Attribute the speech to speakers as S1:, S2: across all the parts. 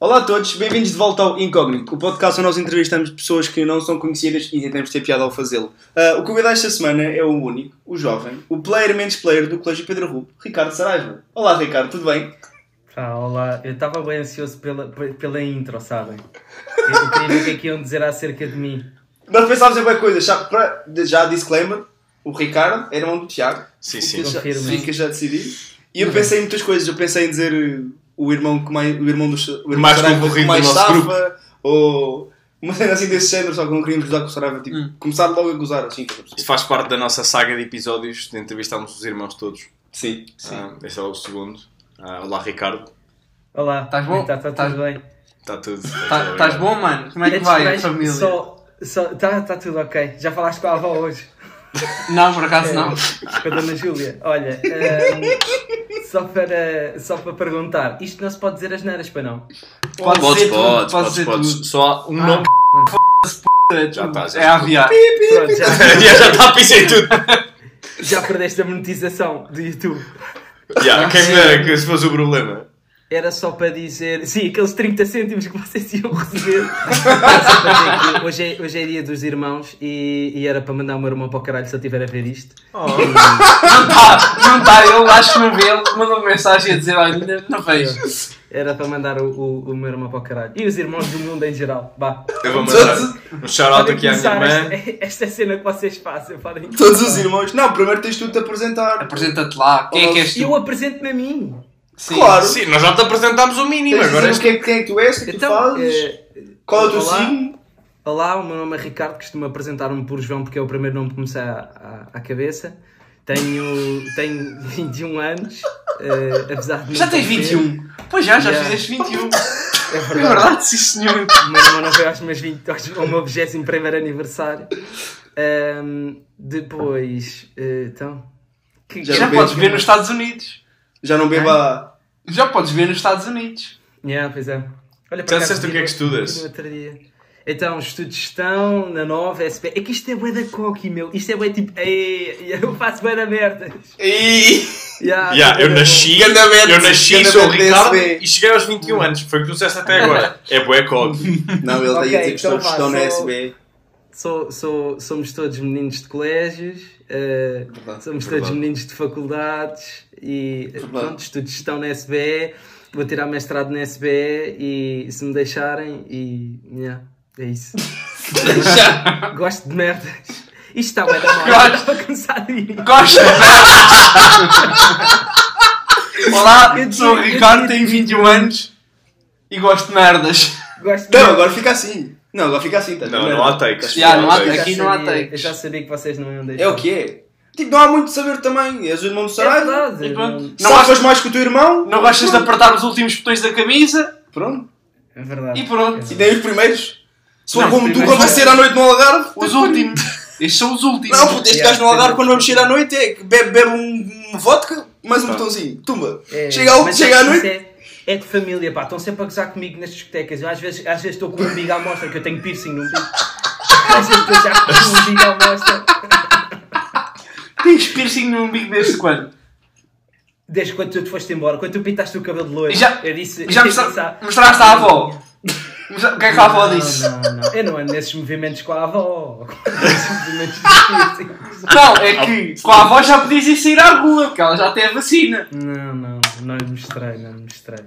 S1: Olá a todos, bem-vindos de volta ao Incógnito, o podcast onde nós entrevistamos pessoas que não são conhecidas e tentamos ter piada ao fazê-lo. Ah, o convidado esta semana é o único, o jovem, o player menos player do Colégio Pedro Rubo, Ricardo Saraiva. Olá Ricardo, tudo bem?
S2: Pá, olá, eu estava bem ansioso pela, pe- pela intro, sabem? Eu queria ver o que é que iam dizer acerca de mim.
S1: Nós pensávamos em boa coisa, já, pra- já disclaimer, o Ricardo é irmão do Tiago,
S3: Sim,
S1: o
S3: sim.
S1: que já-
S2: Confirmo.
S1: fica já decidido. E eu pensei em muitas coisas, eu pensei em dizer eh, o irmão que mais, o irmão do, Sa- o irmão
S3: Mais
S1: do Saraiva que
S3: concorrido do
S1: mais
S3: nosso
S1: safa, ou uma cena assim desse género, só que não queríamos gozar com o Saraiva, tipo, começar logo a gozar assim.
S3: Isto faz parte da nossa saga de episódios de entrevistarmos os irmãos todos.
S1: Sim,
S3: Ah, este é o segundo. Ah, olá, Ricardo.
S2: Olá,
S4: Tás bom?
S2: Está tá
S4: Tás-
S2: tudo bem?
S3: Está tudo.
S4: Tá- Estás bom, mano? Como é que
S2: Antes de
S4: vai a
S2: mais,
S4: família?
S2: Só, só, tá, tá tudo ok. Já falaste com a avó hoje?
S4: Não, por acaso
S2: É,
S4: não.
S2: Com a dona Júlia. Olha, ahm, só, para, só para perguntar, isto não se pode dizer as neiras, para não?
S4: Pode
S3: Podes,
S4: ser tudo,
S3: podes,
S4: pode
S3: podes,
S4: ser
S3: podes.
S4: tudo.
S3: Só um
S4: Ah,
S3: nome.
S4: É tudo.
S3: Já tá, já
S4: é
S3: tá.
S4: aviar.
S2: Pronto, já,
S3: Já já está a pensar em tudo.
S2: já perdeste a monetização do YouTube.
S3: Já, quem me dera que esse fosse o problema.
S2: Era só para dizer. Sim, aqueles 30 cêntimos que vocês iam receber. Era só para dizer que hoje, é, hoje é dia dos irmãos e, e era para mandar o meu irmão para o caralho se eu estiver a ver isto.
S1: Oh,
S4: Não está, não está. Eu acho que não vê. Ele mandou uma mensagem a dizer: olha, não vejo.
S2: Era para mandar o, o, o meu irmão para o caralho. E os irmãos do mundo em geral. Vá.
S3: Eu vou mandar um shout-out aqui à minha irmã.
S2: esta, esta cena que vocês fazem. Podem...
S1: Todos os irmãos. Não, primeiro tens tu de te
S4: É
S1: apresentar.
S4: Apresenta-te lá. Quem é que és
S2: Eu
S4: tu?
S2: apresento-me a mim.
S4: Sim.
S1: É Claro.
S3: Sim, nós já te apresentámos o mínimo.
S1: Tens de
S3: Agora
S1: dizer o que é, quem é que tu és, o que tu fazes,
S2: eh,
S1: qual é o teu
S2: olá.
S1: signo.
S2: Olá, o meu nome é Ricardo, costumo apresentar-me por João porque é o primeiro nome que me sai à, à- à cabeça. Tenho, tenho 21 anos, eh, apesar de... não
S4: Já tens
S2: parecer.
S4: 21. Pois já, já
S2: Yeah.
S4: fizeste 21.
S2: É
S4: É
S2: verdade.
S4: verdade, sim senhor.
S2: O meu irmão não veio aos meus 20, aos- ao é meu 21º aniversário. Ahm, depois, eh, então... Que,
S1: Já
S4: Já
S1: não
S4: podes
S1: vejo.
S4: ver nos Estados Unidos.
S1: Já não bebo há.
S4: Já podes ver nos Estados Unidos.
S2: Yeah, pois é. Olha, por
S3: Já
S2: acaso
S3: disseste o que é que
S2: vi no-
S3: estudas?
S2: vi no outro dia. Então, estudo gestão na nova SP. É que isto é bué da coque, meu. Isto é bué tipo... "Ei, eu faço bué da merda. Yeah,
S3: Ya, eu nasci,
S1: Ganda merda,
S3: eu nasci,
S1: ganda
S3: sou o
S1: merda
S3: Ricardo
S1: desse bem.
S3: e cheguei aos 21 anos. Foi o que tu disseste até agora. É bué coque.
S1: Não, ele daí
S2: Ok,
S1: a dizer que estão,
S2: então vá,
S1: estão na
S2: só-
S1: SB.
S2: Sou- sou- somos todos meninos de colégios, eh,
S1: Verdade,
S2: somos todos
S3: verdade.
S2: meninos de faculdades e eh,
S1: Verdade.
S2: pronto, estudo gestão na SBE, vou tirar mestrado na SBE e se me deixarem e yeah, é isso.
S4: Já.
S2: Gosto de merdas. Isto está bem da moda,
S4: Gosto.
S2: estava cansado de ir.
S4: Gosto. Olá,
S2: Eu
S4: sou o
S2: tinha- eu
S4: Ricardo,
S2: tinha um-
S4: tenho 21 anos e gosto de merdas.
S2: Gosto de
S1: Não,
S2: merdas.
S1: agora fica assim. Não, agora fica assim. tá
S3: Não,
S1: bem,
S3: não há takes.
S4: Já, Então, não há
S2: Eu já
S4: Aqui não há
S2: sabia-
S4: takes.
S2: Eu já sabia que vocês não iam deixar.
S1: É o que é. Tipo, não há muito de saber também. És o irmão do
S2: É
S1: Saraiva.
S2: verdade.
S4: E pronto.
S1: Não
S4: Não
S1: achas mais que o teu irmão?
S4: Não gostas de apertar os últimos botões da camisa
S1: Pronto.
S2: É verdade.
S4: e pronto.
S1: E daí os primeiros? Sou
S4: Não, os
S1: como tu
S4: primeiros-
S1: quando vais sair à noite no Algarve? tipo,
S4: Os últimos. Estes são os últimos.
S1: Não, puto, este
S2: Yeah,
S1: gajo no Algarve
S2: tem-
S1: quando vamos sair à noite é que bebe, bebe um, um vodka, mais um
S3: Tá.
S1: botãozinho. Tumba.
S2: É,
S1: chega ao,
S2: mas
S1: chega à noite.
S2: sabes que isso É, é de família, pá. Estão sempre a gozar comigo nas discotecas. Eu às vezes às vezes estou com um umbigo à mostra, que eu tenho piercing no umbigo. Às vezes estou já com um umbigo à mostra.
S4: Tens piercing no umbigo desde quando?
S2: Desde quando tu te foste embora, quando tu pintaste o cabelo de loiro.
S4: E já-
S2: eu disse,
S4: Já
S2: eu
S4: mostra-
S2: disse, "Ah,
S4: mostraste à avó? Mostra- O que é que a avó
S2: não,
S4: disse?
S2: Não, não. Eu não ando nesses movimentos com a avó. Com esses movimentos de piercing.
S4: Não, é que com a avó já podias ir sair à rua, porque ela já tem a vacina.
S2: Não, não. Não lhe mostrei, não lhe mostrei.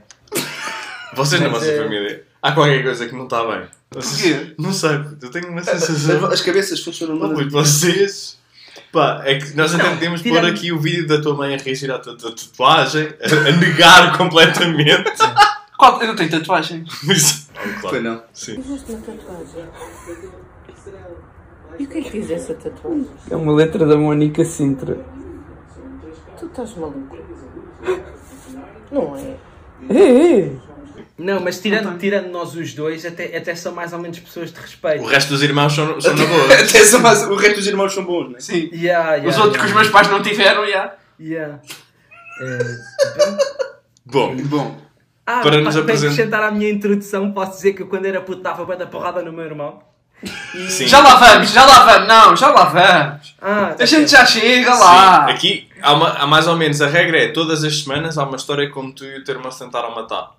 S3: Vocês na
S2: Mas,
S3: vossa
S2: eh,
S3: família. Há qualquer coisa que não está bem.
S4: Porquê?
S3: Não sei, puto, eu tenho
S2: É,
S3: uma sensação.
S1: As, as cabeças funcionam
S3: Não,
S1: muito.
S3: puto, vocês. Pá, é que nós até
S2: Não,
S3: podemos pôr
S2: tirando-
S3: aqui o vídeo da tua mãe a reagir à tua, tua tatuagem, a, a negar completamente.
S4: Qual- Eu não tenho tatuagem.
S3: Isso.
S1: Foi
S3: Claro.
S1: não.
S3: Sim.
S5: Fizeste uma tatuagem. E o que é que diz essa tatuagem?
S4: É uma letra da Mónica Sintra.
S5: Tu estás maluco? Não é?
S2: Não, mas tirando, tirando nós os dois, até, até são mais ou menos pessoas de respeito.
S3: O resto dos irmãos são, são na boa.
S1: Até são mais- o resto dos irmãos são bons, não é?
S4: Sim.
S2: Yeah, yeah,
S4: Os outros
S2: yeah.
S4: que os meus pais não tiveram, já.
S2: Yeah. Eh, bem,
S3: Bom,
S1: Bom.
S2: ah,
S3: Para
S2: para
S3: nos
S2: nos
S3: apresent-
S2: acrescentar à minha introdução, posso dizer que eu, quando era puto dava bué da porrada no meu irmão. E-
S3: Sim.
S4: Já lá vamos, já lá vamos. Não, já lá vamos.
S2: Ah,
S4: A gente já chega
S3: sim,
S4: lá.
S3: aqui há, uma- há mais ou menos a regra é todas as semanas há uma história como tu e o teu irmão se tentaram matar.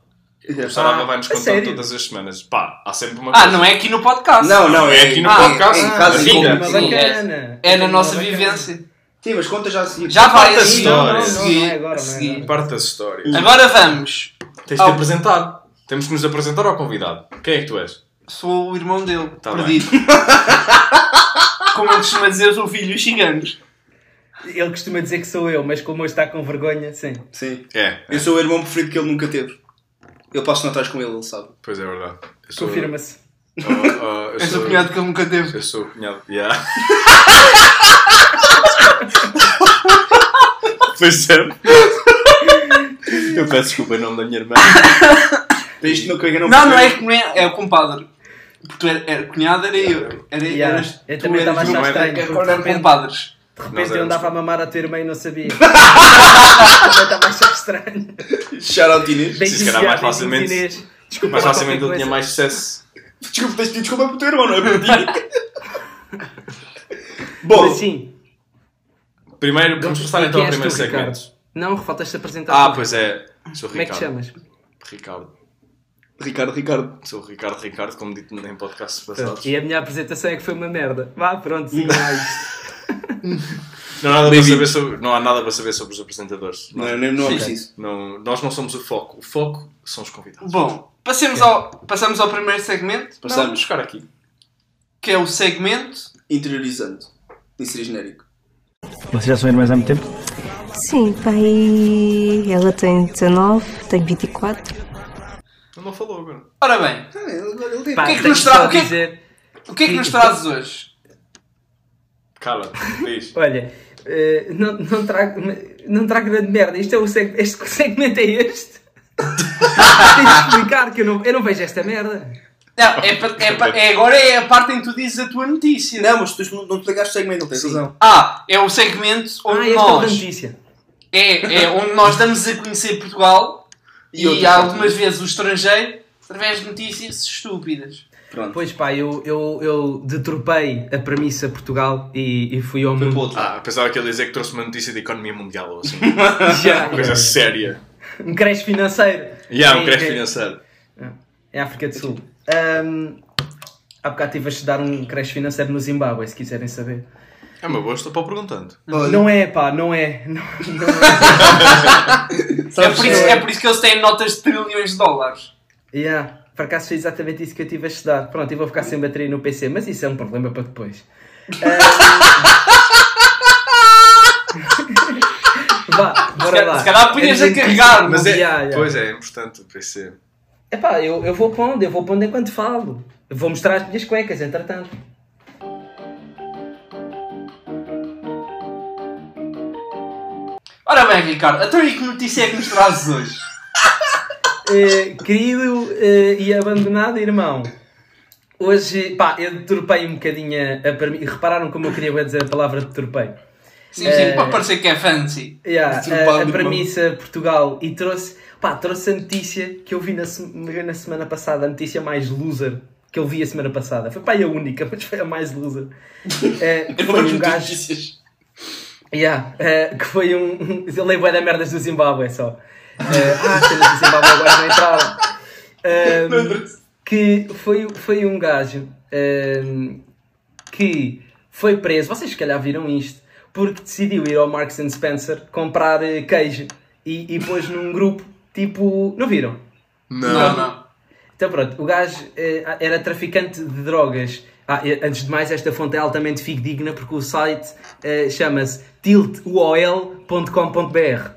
S3: O Sarava
S2: Ah,
S3: vai-nos
S2: a
S3: contar
S2: sério?
S3: todas as semanas. Pá, há sempre uma
S4: Ah,
S3: coisa.
S4: não é aqui no podcast.
S1: Não, não,
S3: É aqui no
S1: em-
S3: podcast.
S1: Em casa
S3: Sim,
S1: e
S2: Mas
S1: com- sim.
S4: é-
S2: bacana.
S4: É na nossa
S2: Bacana.
S4: vivência.
S1: Sim, mas conta já assim. a seguir.
S4: Já vai a
S3: Conta
S4: seguir.
S2: Não, não, não,
S4: a
S2: não
S4: seguir,
S2: é agora,
S4: a
S2: não é
S4: seguir.
S2: agora.
S3: Parte das histórias.
S4: Agora vamos.
S3: Tens de
S4: Ah.
S3: te apresentar. Temos que nos apresentar ao convidado. Quem é que tu és?
S4: Sou o irmão dele,
S3: Tá
S4: perdido. Como ele costuma dizer, eu sou o filho dos ciganos.
S2: Ele costuma dizer que sou eu, mas como hoje está com vergonha, sim.
S1: Sim.
S3: É.
S1: Eu sou o irmão preferido que ele nunca teve. Eu passo natais com ele, ele sabe.
S3: Pois é verdade. Eu sou-
S2: Confirma-se.
S3: Ah, ah, eu
S4: És o
S3: sou-
S4: cunhado que ele nunca teve.
S3: Eu sou o cunhado. Yeah. pois é. Eu peço desculpa em nome da minha irmã.
S1: Para isto não caiga, não
S4: Não, não é que não é, é o compadre. Porque tu era, era cunhado, era eu. Era,
S2: Yeah,
S4: eras,
S2: eu
S4: tu
S2: também
S4: eras
S2: estava a achar
S4: o-
S2: estranho,
S4: era-
S2: porque de
S4: eram
S2: repente-
S4: compadres.
S2: De
S3: Nós
S2: repente eu
S3: éramos-
S2: andava a mamar a tua irmã e não sabia. Estava a achar estranho.
S1: Shout out Inês.
S2: Bem-vindos,
S3: calhar
S2: bem-vindos,
S3: mais facilmente-
S2: Inês. Desculpa,
S3: Mas facilmente
S2: qualquer
S3: ele
S2: coisa.
S3: tinha mais sucesso.
S1: Desculpa, tens de pedir desculpa para o teu irmão, não é para ti. Bom,
S2: Mas sim,
S3: Primeiro, vamos passar
S2: Quem
S3: então ao
S2: és
S3: primeiro
S2: tu, Ricardo?
S3: segmento.
S2: não, faltaste apresentar.
S3: Ah, pois é. Sou o Ricardo.
S2: Como é que te chamas?
S3: Ricardo.
S1: Ricardo, Ricardo.
S3: Sou o Ricardo Ricardo, como dito em podcasts passados.
S2: E a minha apresentação é que foi uma merda. Vá, pronto, sim, mais.
S3: Não há, nada para
S1: Bem-vindo.
S3: saber sobre, não há nada para saber sobre os apresentadores. Nós
S1: Não, nem- não é
S3: Sim.
S1: preciso.
S3: não- nós não somos o foco. O foco são os convidados.
S4: Bom, passemos ao, passamos ao primeiro segmento,
S3: Não,
S1: Passamos.
S3: vamos chegar aqui.
S4: que é o segmento.
S1: Interiorizando. Isso é genérico.
S6: Vocês já são irmãs há muito tempo?
S7: Sim, pai. Ela tem 19, tem 24.
S3: Ele não falou agora.
S4: Ora bem,
S1: Tá
S2: Pá,
S4: que é que
S2: tenho
S4: nos tra-
S2: só a
S4: o que é que-
S2: dizer?
S4: o que é que nos trazes hoje?
S3: Cala, diz.
S2: Olha, eh, não, não, trago, não trago grande merda. Isto é o seg este segmento é este? Tenho de explicar que eu não, eu não vejo esta merda.
S4: Não, é, pa- é pa- é agora é a parte em que tu dizes a tua notícia.
S1: Não, mas tu não, não te ligaste ao segmento, ele tem
S2: Sim.
S1: razão.
S4: Ah, é o segmento
S2: ah,
S4: onde
S2: esta é a
S4: nós
S2: notícia.
S4: é, é onde nós damos a conhecer Portugal
S1: E
S4: e,
S1: outras
S4: algumas
S1: coisas.
S4: vezes o estrangeiro através de notícias estúpidas.
S1: Pronto.
S2: Pois pá, eu, eu, eu deturpei a premissa Portugal e, e fui ao
S1: Foi para o
S2: mundo.
S1: outro lado.
S3: Ah, pensava que ele ia dizer que trouxe uma notícia da economia mundial ou assim.
S2: Já,
S3: Uma coisa séria.
S2: Um creche financeiro.
S3: E há um
S2: É-
S3: crédito
S2: é-
S3: financeiro.
S2: É África do Sul. Ahm, há bocado estive a estudar um creche financeiro no Zimbábue, se quiserem saber.
S3: É uma boa, estou para o perguntando.
S1: Olha,
S2: Não é, pá, não é. Não, não é.
S4: É
S1: sabes-
S4: por, isso, é por isso que eles têm notas de trilhões de dólares.
S2: Yeah, por acaso foi exatamente isso que eu estive a estudar. Pronto, eu vou ficar sem bateria no PC, mas isso é um problema para depois. Um, Ah, Vá,
S4: Se
S2: bora
S4: ca-
S2: lá.
S4: se calhar punhas
S2: Era
S4: a carregar,
S3: Mas
S4: mas
S3: é,
S2: Yeah, yeah.
S3: pois é, é importante o PC.
S2: Epá, eu, eu vou pondo, eu vou pondo enquanto falo. Eu vou mostrar as minhas cuecas, entretanto.
S4: Ora bem, Ricardo, então e que notícia é que nos trazes hoje?
S2: Eh, querido eh, e abandonado irmão, hoje, pá, eu deturpei um bocadinho a, a permi- Repararam como eu queria bué dizer a palavra deturpei?
S4: Sim, sim, pode parecer que é fancy.
S2: Yeah,
S1: Deturpado,
S2: a, a
S1: irmão.
S2: premissa Portugal e trouxe, pá, trouxe a notícia que eu vi na, se- na semana passada, a notícia mais loser que eu vi a semana passada. Foi pá, e a única, mas foi a mais loser. Eh, que foi um gajo.
S1: Notícias.
S2: Yeah, eh, que foi um. um- Eu leio bué da merdas do Zimbábue só. Eh, ah, as cenas do Zimbábue agora não entraram. Eh, que foi, foi um gajo eh, que foi preso. Vocês se calhar viram isto. Porque decidiu ir ao Marks and Spencer comprar eh, queijo e, e pôs num grupo tipo. Não viram?
S4: Não, não.
S2: Então pronto, o gajo eh, era traficante de drogas. Ah, eh, antes de mais, esta fonte é altamente digna porque o site eh, chama-se tiltuol.com.br.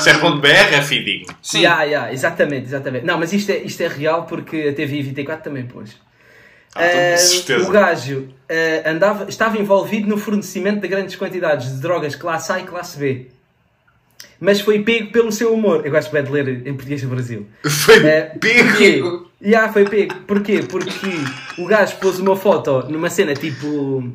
S3: Serpão de BR é fidedigno.
S4: Sim.
S2: Yeah, yeah, exatamente, exatamente. Não, mas isto é, isto é real porque a TV 24 também pôs.
S3: Ah, então,
S2: Eh,
S3: com certeza.
S2: o gajo eh, andava, estava envolvido no fornecimento de grandes quantidades de drogas classe A e classe B. Mas foi pego pelo seu humor. Eu gosto bem de ler em português do Brasil.
S3: Foi
S2: Eh,
S3: big.
S2: Porquê? Yeah, foi pego. Porquê? Porque o gajo pôs uma foto numa cena tipo.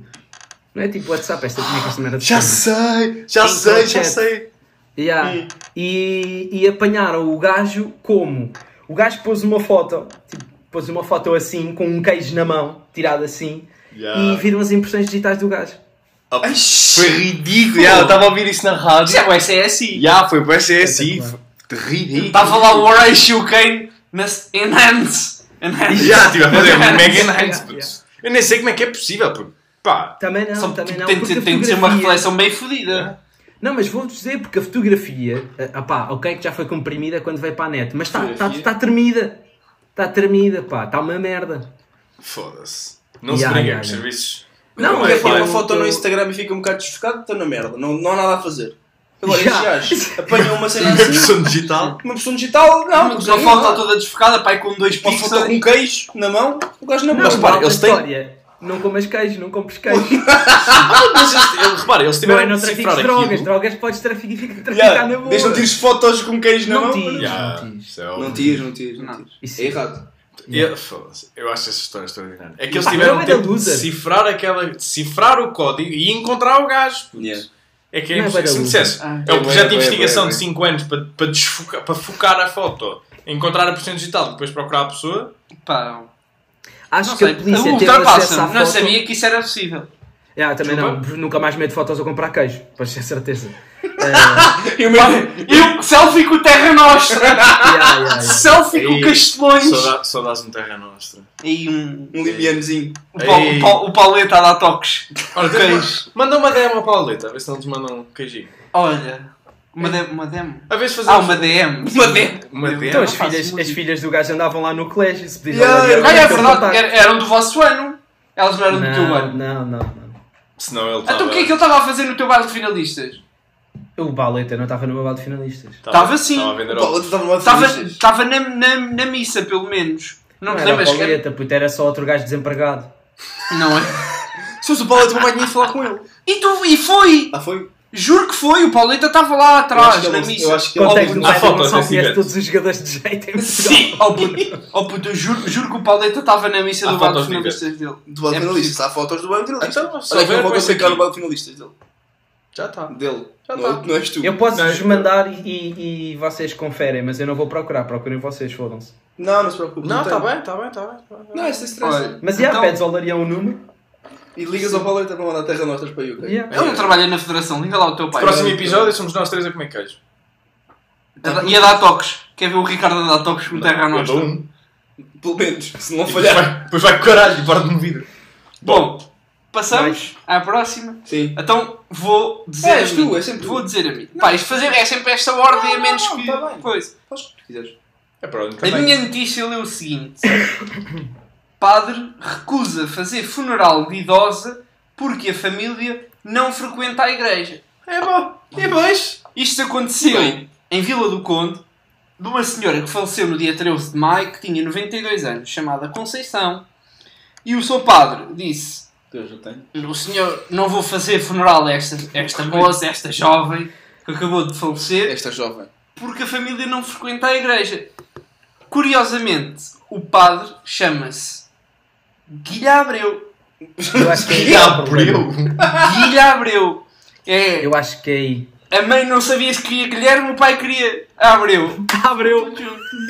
S2: Não é tipo WhatsApp, esta tinha que esta merda de
S3: Já
S2: cena.
S3: sei, já
S2: Sim,
S3: sei,
S2: com
S3: já
S2: chat.
S3: sei.
S2: Yeah. E, e apanharam o gajo como? O gajo pôs uma foto, tipo, pôs uma foto assim, com um queijo na mão, tirado assim,
S3: Yeah.
S4: Ah.
S2: e viram as impressões digitais do gajo.
S3: Foi ridículo. Yeah, eu estava a ouvir isso na rádio.
S4: Isso é o SSI.
S3: Já, foi o PCSI.
S1: ridículo.
S4: Estava lá o Horatio Kane na s- Enhance. Enhance.
S3: Já, estive a fazer um
S4: Enhance.
S3: mega
S2: Yeah,
S3: enhance. puto. Eu nem sei como é que é possível, porque, pá,
S2: Também não,
S4: Só que,
S2: também
S4: tipo,
S2: não.
S4: tem, de
S2: porque
S4: ser-
S2: a
S4: tem de ser uma
S2: fotografia-
S4: reflexão bem fodida.
S2: Não, mas vou-te dizer, porque a fotografia, ah, pá, ok que já foi comprimida quando veio para a net, mas está tá,
S1: Fotografia?
S2: tá tremida. Está tremida, pá, está uma merda.
S3: foda-se. Não se
S2: Yeah,
S3: brinca
S2: yeah,
S3: com os
S2: yeah.
S3: serviços.
S1: Não,
S3: Não,
S1: quem
S3: é
S1: tira uma
S3: fácil.
S1: foto no Instagram e fica um bocado desfocado, está na merda. Não, não há nada a fazer. Agora,
S2: Já.
S1: estes gajos apanham uma cena
S3: A
S1: assim,
S3: versão digital.
S1: uma pessoa digital, não,
S4: Uma foto toda desfocada, pai, com dois
S1: uma foto com
S4: pixels.
S1: um queijo na mão, o gajo na mão.
S2: Não,
S1: Mas
S2: pá,
S1: para,
S2: a
S1: eles têm.
S2: história. Não comas queijo, não compres queijo.
S3: Ah, mas eles- ele- repara, eles
S2: não é,
S3: tiveram
S2: não
S3: de
S2: trafiques
S3: cifrar
S2: drogas.
S3: aquilo.
S2: Drogas podes traficar, traficar
S1: Yeah,
S2: na boa.
S1: Desde não tires fotos com queijo na
S2: Não
S1: mão.
S2: tires.
S3: Yeah,
S2: Não tires.
S3: isso é óbvio.
S1: Não tires, não tires, não
S4: Não.
S1: tires.
S2: Isso-
S1: É errado.
S3: Eu, foda-se, eu acho essa história extraordinária. É que eles
S2: Pá,
S3: tiveram
S2: não é da
S3: tempo de
S2: loser.
S3: decifrar aquela. decifrar o código e encontrar o gajo. puto.
S1: Yeah.
S3: É que é
S2: Não é bué
S3: impossível.
S2: da
S3: Se me
S2: loser.
S3: dissesse,
S4: Ah.
S3: é um
S1: É
S3: projeto
S1: bué,
S3: de
S1: bué,
S3: investigação
S1: bué,
S3: de 5 anos para, para, desfocar, para focar a foto, encontrar a pressão digital, depois procurar a pessoa.
S4: Pá,
S2: Acho
S4: não
S2: que
S4: sei,
S2: a polícia teve acesso à
S4: ultrapassa.
S2: foto.
S4: Não sabia que isso era possível.
S2: Yeah, também não.
S3: Desculpa.
S2: Nunca mais meto fotos a comprar queijo. Podes ter certeza.
S1: E o meu- é
S4: Eu, selfie com Terra Nostra!
S2: Yeah, yeah, yeah.
S4: selfie com
S3: Ei,
S4: castelões!
S3: Só, dá, só dás um terra nostra.
S4: E um.
S1: Um libianozinho.
S4: O, pa,
S3: Ei.
S4: o, pa, o Pauleta um a dar toques.
S3: Olha,
S4: Queijo.
S3: manda uma DM ao Pauleta, a ver se não nos mandam um queijinho.
S4: Olha. Uma demo. Uma demo.
S3: A ver se fazemos
S4: Ah, uma DM.
S3: uma DM. Uma DM.
S2: Então
S4: não
S2: as
S4: faço
S2: filhas, as
S4: muito.
S2: filhas do gajo andavam lá no colégio, se pediram
S1: Yeah,
S2: lá
S1: eu-
S4: Ah, é verdade.
S2: contacto.
S4: era- Eram do vosso ano. Elas não eram do teu
S2: Não,
S4: ano.
S2: não, não, não.
S3: Senão ele
S4: Então
S3: tava-
S4: o que é que ele estava a fazer no teu bairro de finalistas?
S2: O Baleta não estava no meu balde de finalistas.
S3: tava-
S4: Tava assim. sim.
S3: tava a vender
S1: Pá,
S3: óculos.
S1: estava numa
S4: Estava
S1: feliz.
S4: estava na, na, na missa, pelo menos. Não,
S2: Não
S4: te
S2: era o
S4: lembras que era?
S2: Baleta, puto, era só outro gajo desempregado.
S4: Não é?
S1: Se fosse o Paulo, eu também tinha ido falar com ele.
S4: E, tu, e foi!
S1: Ah, foi?
S4: Juro que foi! O Pauleta estava lá atrás,
S1: eu
S4: na
S1: acho que ele- é um-
S4: missa.
S1: eu acho que ele-
S2: Contexto do Pedro
S3: há fotos
S2: Gonçalves
S3: desse
S2: conhece
S3: evento.
S2: todos os jogadores de jeito em Portugal.
S4: Sim! Oh puto, oh, puto, eu juro, juro que o Pauleta estava na missa
S3: Há
S4: do Banco
S3: fotos
S4: dos Finalistas dele.
S1: Do Banco
S4: É
S1: Finalista. Há fotos do Banco Finalista.
S3: Então, só
S1: Olha que
S3: ver
S1: eu vou
S3: com esse
S1: conseguir
S3: aqui.
S1: o Banco Finalista dele.
S3: Já está.
S1: Dele.
S3: Já
S1: Não, é-
S3: tá.
S1: não és tu.
S2: Eu posso
S3: Não,
S2: vos
S3: eu-
S2: mandar e, e vocês conferem, mas eu não vou procurar, procurem vocês, fodam-se.
S1: Não, não se preocupe.
S3: Não,
S1: tem.
S3: está bem, está bem, está bem. tá bem.
S1: Não, isso é stress.
S4: Olha.
S2: Mas já,
S4: Então-
S2: pedes ao Larião o número.
S1: E ligas ao Paulo e para mandar terra nostras para Yuka. É
S2: Yeah.
S4: Ele não trabalha na Federação, liga lá o teu pai.
S3: Próximo episódio somos nós três a comer queijo.
S4: A da- E a dar toques. Quer ver o Ricardo a dar toques com terra à
S3: Eu dou
S4: nossa?
S3: um.
S1: Pelo menos, se não
S3: E Depois
S1: falhar.
S3: vai, depois vai com o caralho e parte no vidro.
S4: Bom, passamos à próxima.
S1: Sim.
S4: Então vou dizer.
S1: É, és
S4: a mim.
S1: tu, é sempre tu.
S4: Vou dizer a mim. Pá, isto fazer é sempre esta ordem, a menos
S1: não,
S4: que.
S1: tá bem.
S4: coisa.
S1: Faz o que quiseres.
S3: É pronto.
S4: A minha notícia leu o seguinte: Padre recusa fazer funeral de idosa porque a família não frequenta a igreja.
S3: É bom. E mais?
S4: Isto aconteceu
S1: Bem.
S4: em Vila do Conde, de uma senhora que faleceu no dia 13 de maio, que tinha 92 anos, chamada Conceição. E o seu padre disse:
S1: Eu já tenho.
S4: O senhor, não vou fazer funeral a esta, esta moça, esta jovem que acabou de falecer,
S1: Esta jovem.
S4: porque a família não frequenta a igreja. Curiosamente, o padre chama-se Guilherme Abreu.
S2: Eu acho que é aí que
S3: E
S2: há o problema.
S3: abriu.
S4: Guilherme Abreu. É,
S2: Eu acho que é aí.
S4: a mãe não sabia se queria Guilherme, o pai queria Abreu.
S2: Abreu!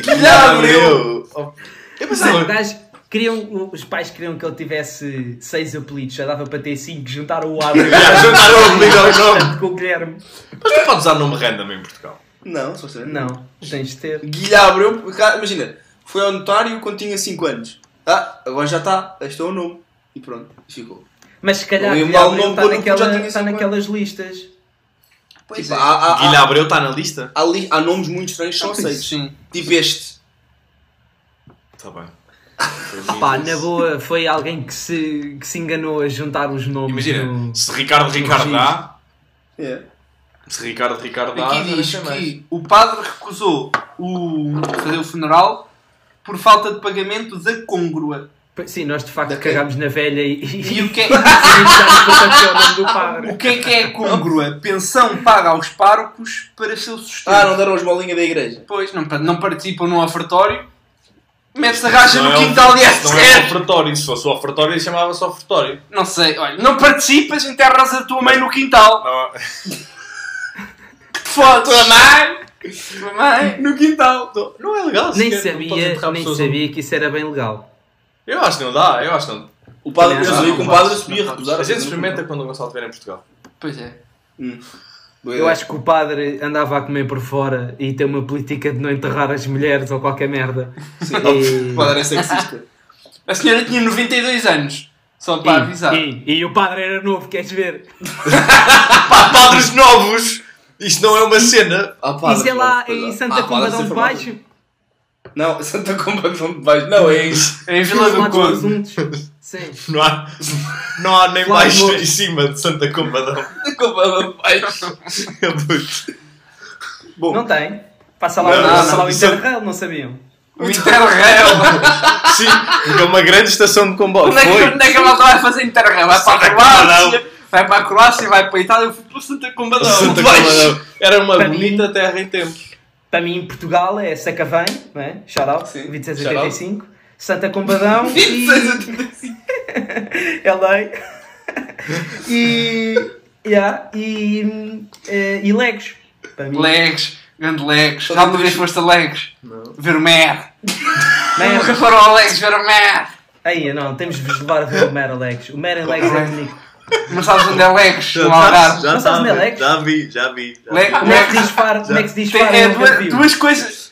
S3: E abriu. Eu
S2: Não, o
S3: pensava.
S2: gajo queriam, os pais queriam que ele tivesse seis apelidos, já dava para ter cinco, juntaram o Abreu
S3: Já juntaram o apelido ao nome.
S2: com o Guilherme.
S3: Mas tu podes usar nome random em Portugal.
S1: Não, só sei.
S2: Não, tens de ter.
S1: Guilherme, eu, cara, imagina, foi ao notário quando tinha 5 anos. Ah, agora já está, este é o nome. E pronto, e ficou.
S2: Mas se calhar
S1: Não, e o
S2: Guilherme
S1: mau nome
S2: está,
S1: quando já
S2: naquela,
S1: tinha
S2: está
S1: cinco
S2: naquelas listas.
S1: Tipo, há, há, há,
S3: Guilherme Abreu
S4: tá
S3: está na lista?
S1: há li- há nomes muito estranhos,
S2: Ah,
S1: são seis.
S4: Sim.
S1: Tipo este.
S3: Está Tá bem.
S2: Pá, na boa, foi alguém que se, que se enganou a juntar os nomes.
S3: Imagina,
S2: no-
S3: se Ricardo Ricardo dá,
S1: É.
S3: se Ricardo Ricardo dá,
S4: Aqui
S3: não
S4: diz
S3: sei mais.
S4: que o padre recusou o fazer o funeral por falta de pagamento da congrua.
S2: Sim, nós de facto
S1: Da quem?
S2: cagámos na velha e, e,
S4: E o que é,
S2: já nos aconteceu o nome do padre.
S4: o que, é que é a congrua? Pensão paga aos párocos para seu sustento.
S1: Ah, não deram as bolinhas da igreja.
S4: Pois, não, pa- não participam num ofertório, mete-se a racha
S3: Não
S4: no
S3: é um-
S4: quintal e é
S3: Não é um
S4: sério.
S3: ofertório, se fosse o ofertório chamava-se ofertório.
S4: Não sei, olha, não participas, enterras a tua mãe no quintal.
S3: Não,
S4: Que te foda, tua mãe! Tua mãe!
S1: No quintal. Tô-
S3: não é legal
S2: Nem
S3: sequer, não podes
S2: sabia,
S3: enterrar
S2: nem
S3: pessoas
S2: sabia que isso era bem legal.
S3: no- Eu acho que não dá, eu acho que não.
S1: O padre, eu
S4: Não,
S1: sabia
S4: não
S1: que o
S4: podes,
S1: padre se podia
S4: não podes.
S1: recusar.
S3: A gente experimenta quando o Gonçalo estiver em Portugal.
S4: Pois é.
S1: Boa
S2: Eu
S1: ideia.
S2: acho que o padre andava a comer por fora e tem uma política de não enterrar as mulheres ou qualquer merda.
S1: Sim,
S2: E-
S1: o padre é sexista.
S4: A senhora tinha 92 anos. Só para avisar.
S2: E, e- e o padre era novo, queres ver?
S3: Há padres novos! Isto não é uma cena!
S1: Ah, padre,
S2: Isso é lá
S1: pô,
S2: em
S1: pois é.
S2: Santa
S1: Ah, padre,
S2: Combadão de
S1: sem formato.
S2: Baixo.
S1: Não, Santa Combadão de Baixo. Não, é isso.
S4: Em Vila
S2: Vila
S4: do
S2: dos
S4: Conde.
S2: Presuntos. Sim.
S3: Não há, não há nem
S2: Claro,
S3: baixo
S2: amor.
S3: nem cima de Santa Combadão.
S1: Santa Combadão de Baixo.
S3: É muito.
S2: Não tem. Passa lá,
S3: Não, não,
S2: passa lá
S3: não,
S2: o
S3: isso-
S2: Interrail, não sabiam.
S4: O Interrail.
S3: Sim, porque é uma grande estação de comboio.
S4: Onde é, que,
S3: Foi.
S4: onde é que ela vai fazer Interrail? Vai para
S3: Santa
S4: a Croácia. Vai para a Croácia, vai para a Itália. Eu fui para Santa Combadão.
S3: Santa
S4: Vai.
S3: Combadão. Era uma
S2: Para mim-
S3: bonita terra em tempos.
S2: Para mim, Portugal é Sacavém, não é? Shout out,
S1: Sim,
S2: 2685. Santa Combadão e.
S4: 2685.
S2: LA. e. Yeah, e. hum, eh, e Legos. Para mim.
S4: Legs. Grande Legs. Já uma vez foste a Legs? Não. Ver o Mer. Nunca
S2: Merda.
S4: foram a Legs ver o Mer.
S2: Aí, não, temos de vos levar a ver o Mera Legos. O Mera Legos é bonito.
S4: Não sabes onde é Legs? No
S3: sabes,
S4: Algarve.
S2: Não
S3: já,
S2: sabes onde é
S3: sabes,
S2: Lex?
S3: já vi, já vi. já
S4: Lex-
S3: vi.
S2: Como é que se dispara? Como é que se
S4: Tem,
S2: dispara?
S4: é
S2: Eu nunca
S4: duas,
S2: vi.
S4: duas coisas.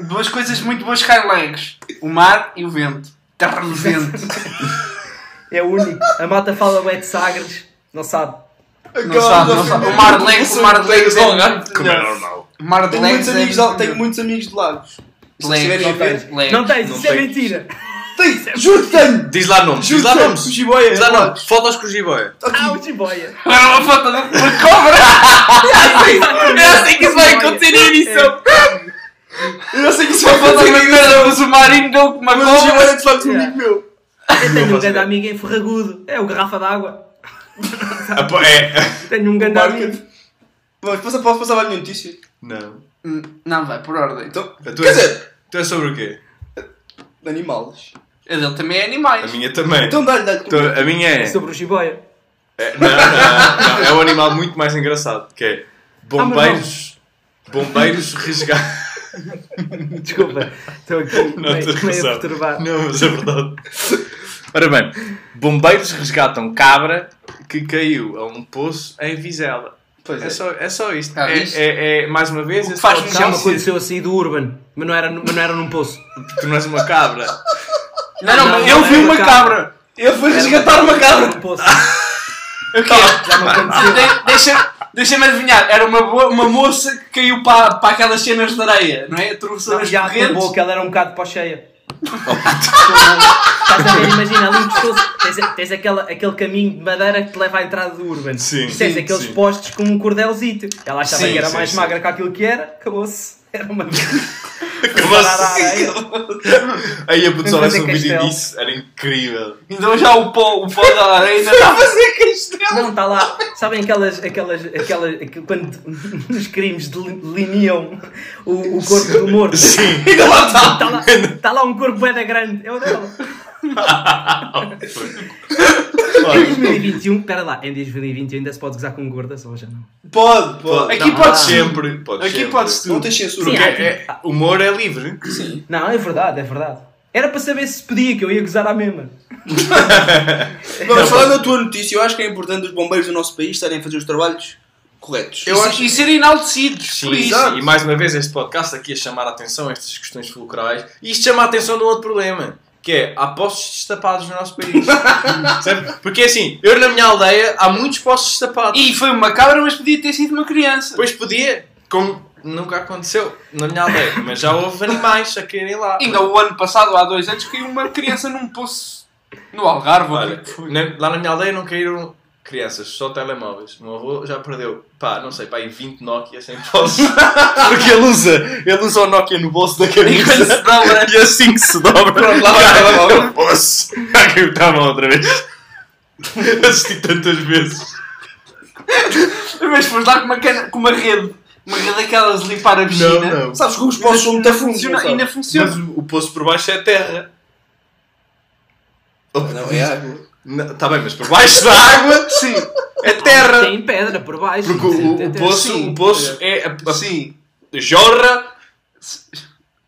S4: Duas coisas muito boas que há em Legs. O mar e o vento. Terra no vento.
S2: É o único. A malta fala o Ed Sagres, não sabe.
S4: Não sabe, não sabe. O mar de Legs, o mar de Legs é
S3: Como é normal.
S4: O mar de
S1: Tenho muitos,
S4: Legs é
S1: amigos de, tenho muitos amigos de Lagos. Se
S4: Legs,
S1: estiverem a
S4: não
S1: ver.
S4: tens, Legs.
S2: Não tens,
S3: não
S2: isso é
S3: tens.
S2: mentira.
S1: Tenho, juro que tenho!
S3: Diz lá nomes, diz
S1: Juro
S3: lá
S1: que tenho!
S3: nomes.
S1: O Jiboia.
S3: Diz lá nomes. Fotos com o jiboia.
S2: Ah, o Jiboia.
S4: Era uma foto de uma cobra! Eu sei que isso vai acontecer na edição!
S1: Eu não sei que isso
S4: Uma
S1: vai
S4: foto de
S1: fazer
S4: uma merda, mas o Marinho deu com uma
S1: mas o Jiboia é
S4: cobra!
S1: de facto um
S2: Yeah.
S1: amigo meu.
S2: Eu tenho um
S3: faço
S2: grande
S3: ideia.
S2: amigo em Ferragudo. É o Garrafa d'Água.
S3: Ah, pá, É.
S2: Tenho um grande
S1: Market.
S2: amigo.
S1: Mas posso, posso passar para a minha notícia?
S3: Não.
S4: Hum, Não, vai, por ordem.
S1: Então,
S3: A tua
S1: quer
S3: é-
S1: dizer,
S3: Tu é sobre o quê?
S1: animais.
S4: A dele também é
S3: A
S4: animais.
S3: minha também.
S1: Então dá-lhe, dá-lhe.
S3: Tu- A minha é.
S2: Sobre o Jiboia.
S3: É, Não, não, não, é um animal muito mais engraçado, que é bombeiros, bombeiros resgatam.
S2: Desculpa. Estou aqui
S3: Não,
S2: meio,
S3: estou
S2: meio a
S3: engraçado.
S2: perturbar.
S3: Não, mas é verdade. Ora bem, bombeiros resgatam cabra que caiu a um poço em Vizela.
S1: Pois
S3: É
S1: é.
S3: só, é só isto.
S4: Ah,
S3: É,
S4: isto?
S3: é- é- mais uma vez,
S4: O que
S3: esse
S4: faz-me
S3: podcast,
S2: Já me
S4: Chelsea.
S2: aconteceu a sair do Urban, mas não era, mas não era num poço.
S3: Tu não és uma cabra.
S4: Não, não,
S2: Não,
S4: mas
S2: não
S4: eu
S2: é
S4: vi
S2: uma
S4: uma cabra!
S1: Eu fui resgatar uma
S2: Era
S1: cabra. Tá,
S2: num poço.
S4: O quê?
S2: Já me aconteceu.
S4: De- deixa- Deixa-me adivinhar, era uma, boa- uma moça que caiu para, para aquelas cenas de areia, não é? Atravessou
S2: Não,
S4: as
S2: já acabou
S4: correntes.
S2: que ela era um bocado pó cheia. Estás a ver, imagina, ali no pescoço tens, tens aquela, aquele caminho de madeira que te leva à entrada do Urban.
S3: Sim,
S2: E tens
S3: sim,
S2: aqueles
S3: sim.
S2: postes com um cordelzito. Ela achava
S3: Sim,
S2: que era
S3: sim,
S2: mais
S3: sim.
S2: magra que aquilo que era, acabou-se. Era uma parar à
S3: Acabou-se.
S2: areia.
S3: Aí a pessoa
S2: Vamos fazer
S3: um vídeo
S2: castelo.
S3: disso, era incrível.
S4: Então já o pó, o pó da tá- areia ainda está
S2: Não, está lá. Sabem aquelas. aquelas, aquelas aqu- quando nos crimes delineam o, o corpo do morto?
S3: Sim.
S2: Está lá, tá lá um corpo bem grande. É o dela. Em 2021, espera lá, em 2021 ainda se pode gozar com gordas ou já não?
S1: Pode, pode.
S3: Aqui
S4: Aqui
S3: não,
S4: podes-
S3: podes sempre. Podes
S4: Aqui
S3: sempre.
S4: podes tu.
S1: Não tens censura.
S2: Sim,
S3: Porque
S2: há
S3: é- é- humor é livre.
S2: Não, é verdade, é verdade. Era para saber se pedia que eu ia gozar à mesma.
S1: Não, mas falando da tua notícia, eu acho que é importante os bombeiros do nosso país estarem a fazer os trabalhos corretos.
S4: e, se- e serem enaltecidos por isso.
S3: e mais uma vez este podcast aqui a chamar a atenção a estas questões fulcrais. E isto chama a atenção de um outro problema, que é há poços destapados no nosso país. Sabe? Porque assim, eu na minha aldeia há muitos poços destapados.
S4: E foi uma cabra, mas podia ter sido uma criança.
S3: Pois podia, como nunca aconteceu na minha aldeia, mas já houve animais a quererem lá.
S4: Ainda o ano passado, há dois anos, caiu uma criança num poço no Algarve.
S3: Olha,
S4: olha.
S3: na- lá na minha aldeia não caíram crianças, só telemóveis. O meu avô já perdeu, pá, não sei, pá, aí 20 Nokia sem bolso. Porque ele usa, ele usa o Nokia no bolso da
S4: Enquanto
S3: camisa.
S4: se dobra.
S3: E assim que se dobra, pronto, lá vai ela logo. Posso. Caiu a mão outra vez. Assisti tantas vezes.
S4: Mas foste lá com uma, cana, com uma rede. Uma rede daquelas de limpar a piscina.
S1: Sabes que os postos são muito a fundo.
S4: Funciona, ainda funciona.
S3: Mas o, o poço por baixo é terra.
S1: Não, é água.
S3: Não, Tá bem, mas por baixo da água, sim, é terra.
S2: Tem pedra por baixo.
S3: Porque o, o poço,
S4: Sim.
S3: o poço é a, a-
S4: Sim.
S3: jorra,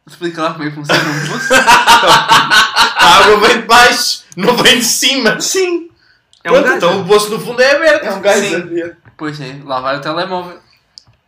S4: Explica lá como é que funciona um poço.
S3: a água vem de baixo, não vem de cima.
S4: Sim.
S2: É um
S3: Pronto,
S2: gajo.
S3: então o poço no fundo é aberto.
S1: É um gajo.
S4: Sim.
S1: é.
S4: Pois é, lá vai o telemóvel.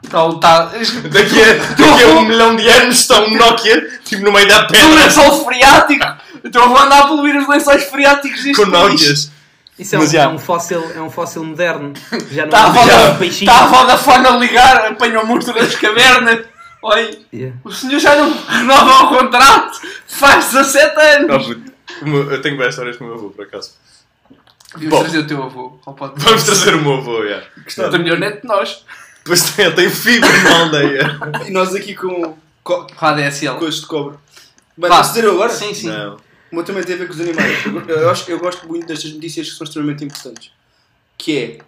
S4: Está tá,
S3: Daqui a, daqui a um milhão de anos está um Nokia, tipo no meio da
S4: um
S3: pedra,
S4: lençol freático! Então eu vou andar a poluir os lençóis freáticos deste
S3: com
S4: país.
S3: Nokias.
S2: Isso é um,
S3: Mas, já.
S2: é um fóssil, é um fóssil moderno. Já não
S4: Está a,
S2: é
S3: Já.
S2: um
S4: Voda,
S2: peixinho.
S4: tá a Vodafone a ligar, apanha o monstro das cavernas. Olha,
S2: Yeah.
S4: o senhor já não renova o contrato faz 17 anos.
S3: Não, Ah, puto, o meu- eu tenho várias histórias com o meu avô, por acaso.
S4: Devíamos
S3: Ah, Bom.
S4: trazer o teu avô ao podcast.
S3: Vamos trazer o meu avô, já.
S4: Ele tem melhor neto de nós.
S3: Depois tem, ele tem fibra na aldeia.
S1: E nós aqui com um co
S4: Com a DSL.
S1: coisas de cobre. Bem,
S4: Vá.
S1: posso dizer eu agora?
S4: Sim, sim.
S3: Não.
S1: O meu também tem a ver com os animais. Eu- Eu, acho, eu gosto muito destas notícias que são extremamente importantes. Que é...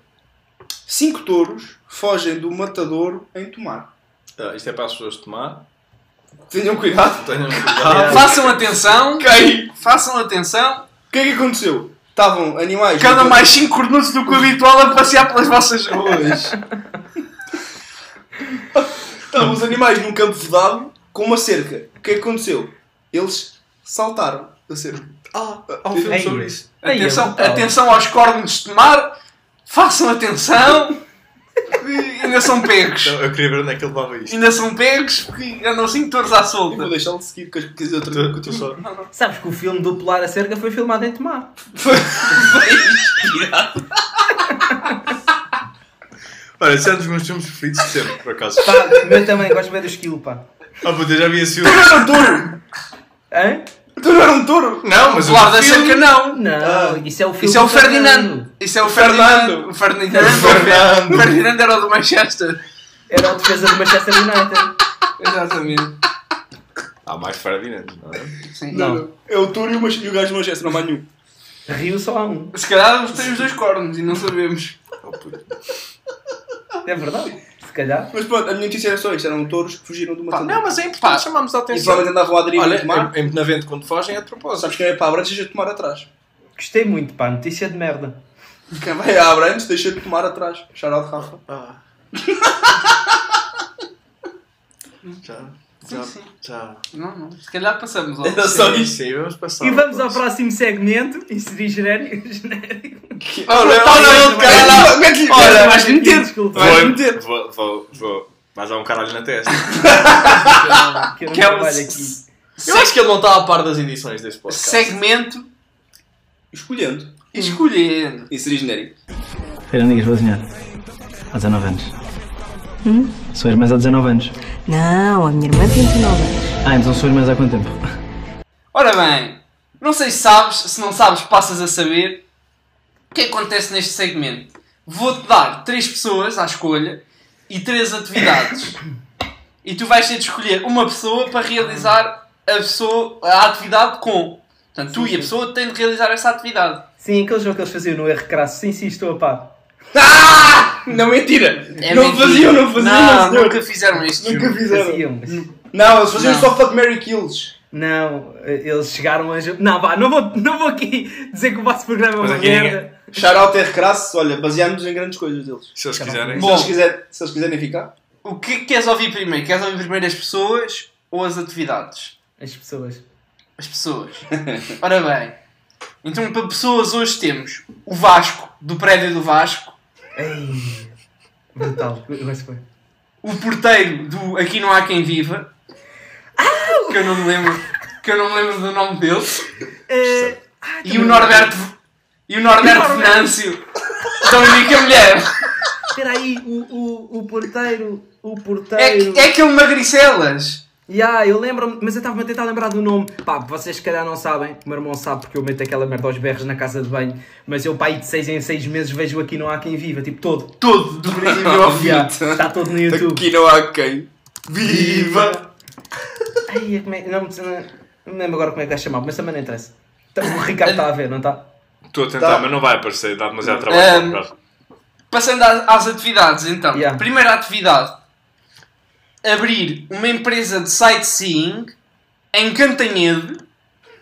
S1: Cinco touros fogem do matadouro em Tomar.
S3: Ah, isto é para as pessoas tomar. Ah.
S1: Tenham cuidado.
S3: Tenham cuidado.
S4: Façam atenção.
S1: Ok.
S4: Façam atenção.
S1: O que é que aconteceu? Estavam animais...
S4: Cada um mais 5 cornudos do que o habitual a passear pelas vossas ruas.
S1: Estavam os animais num campo vedado com uma cerca. O que é que aconteceu? Eles saltaram da cerca.
S3: Ah, há um filme
S2: Ei,
S3: sobre isso.
S2: ei,
S4: Atenção,
S2: brutal.
S4: atenção aos cornos de mar. Façam atenção. E ainda são pegos.
S3: Então, eu queria ver onde é que ele levava isto.
S4: Ainda são pegos porque andam 5 touros à
S1: Eu vou
S4: solta.
S1: deixá-lo seguir com as coisas outra
S3: Estou
S1: com
S3: estou
S1: outra-
S3: só.
S2: Sabes que o filme do Pular a Cerca foi filmado em Tomar.
S3: Olha, isso é um dos meus filmes preferidos de sempre, por acaso.
S2: Pá, eu também gosto bem do esquilo, pá.
S3: Ah, puta, eu já vi esse filme.
S1: Tu não era um touro!
S2: Hã?
S1: Tu não era um touro!
S3: Não, mas o
S4: Lá da
S3: filme...
S4: cerca não.
S2: Não, isso é o filme
S4: Isso é o
S2: do
S4: Ferdinando. Isso é o Ferdinando. O Ferdinando.
S3: Fernando.
S4: O Ferdinando era o do Manchester.
S2: Era o defesa do Manchester United.
S4: Exatamente.
S3: Há mais Ferdinand, não é?
S4: Sim.
S2: Não.
S1: É o touro e o, mach... e o gajo do Manchester, não há mais nenhum.
S2: Rio só há um.
S4: Se calhar tem os dois cornos e não sabemos.
S3: Oh, puto.
S2: É verdade. Se calhar.
S1: Mas pronto, a minha notícia era só isto: eram touros que fugiram do
S4: Pá, não,
S1: matadouro.
S4: mas é importante
S3: chamámos a
S1: E provavelmente andavam à deriva
S3: Olha,
S1: no mar.
S3: em, em Benavente, quando fogem, é de propósito.
S1: Sabes quem é para Abrantes, deixa de tomar atrás.
S2: Gostei muito, pá. Notícia de merda.
S1: Quem vai a Abrantes, deixa de tomar atrás. Shout de Rafa.
S3: Já,
S4: Sim, sim.
S3: já.
S4: Não, não. Se calhar passamos ao.
S1: Era só isto.
S3: Sim, vamos passar.
S2: E vamos ao próximo segmento. Isso diz genérico. genérico.
S3: Olha,
S4: Tá
S3: olha,
S1: Caralho, mete-lhe-
S2: Olha,
S1: vais meter!
S2: Desculpa.
S1: Vai
S3: olha.
S1: meter.
S3: Vou, vou, vou, vou. Mas há um caralho na testa.
S2: Que eu não
S4: Que é o-
S2: trabalho aqui.
S3: Eu acho que ele não está a par das edições desse podcast.
S4: Segmento
S1: Escolhendo.
S4: escolher.
S1: Isso seria genérico.
S6: Fernando Dias Boazinhar, há 19 anos. Sou irmãs há 19 anos.
S7: Não, a minha irmã tem 29 anos.
S6: Ah, então sou irmãs há quanto tempo?
S4: Ora bem, não sei se sabes, se não sabes, passas a saber o que acontece neste segmento. Vou-te dar três pessoas à escolha e três atividades. E tu vais ter de escolher uma pessoa para realizar a, pessoa, a atividade com. Portanto, tu e a pessoa têm de realizar essa atividade.
S2: Sim, aquele jogo que eles faziam no R Crasso. Sim, sim, estou a par.
S1: Não, mentira!
S4: É
S1: não
S4: mentira.
S1: faziam, não faziam, não, senhor.
S4: nunca fizeram isto.
S1: Nunca fizeram.
S2: Faziam, mas...
S1: Não, eles faziam
S4: Não.
S1: só fuck Mary Kills.
S2: Não, eh, eles chegaram a. jo- Não, vá, não vou, não vou aqui dizer que o vosso programa é
S3: Mas
S2: uma
S3: aqui ninguém-
S2: merda.
S1: Shout out R. Crasso, olha, baseámos-nos em grandes coisas deles.
S3: Se eles quiserem.
S1: Se eles, quiser, se eles quiserem ficar.
S4: O que queres ouvir primeiro? Queres ouvir primeiro as pessoas ou as atividades?
S2: As pessoas.
S4: As pessoas. Ora bem. Então, para pessoas, hoje temos o Vasco, do prédio do Vasco.
S2: Ei, brutal. Eh, Eu gosto bem.
S4: O porteiro do Aqui Não Há Quem Viva. Que eu não me lembro. Que eu não me lembro do nome dele.
S2: Eh, ah,
S4: E
S2: também-
S4: o Norberto. E o Norberto
S2: Norberto.
S4: Venâncio. Da única mulher.
S2: Espera aí, o, o, o porteiro. O
S4: É,
S2: porteiro.
S4: que- é aquele magricelas.
S2: Ya, eu lembro-me, mas eu estava-me a tentar lembrar do nome. Pá, vocês se calhar não sabem, o meu irmão sabe porque eu meto aquela merda aos berros na casa de banho, mas eu, pá, aí de 6 em 6 meses vejo aqui Não Há Quem Viva, tipo todo.
S4: Todo do princípio ao fim.
S2: Ya, Está todo no YouTube.
S1: Tá Aqui não há quem. Viva!
S2: Ai, como é, não, me- não me lembro agora como é que vai chamar, mas também não interessa. Então, O Ricardo está a ver, não está?
S3: Estou a tentar,
S1: Tá.
S3: mas não vai aparecer. Dá demasiado trabalho para comprar.
S4: Passando às, às atividades, então.
S2: Yeah.
S4: Primeira atividade: abrir uma empresa de sightseeing em Cantanhede,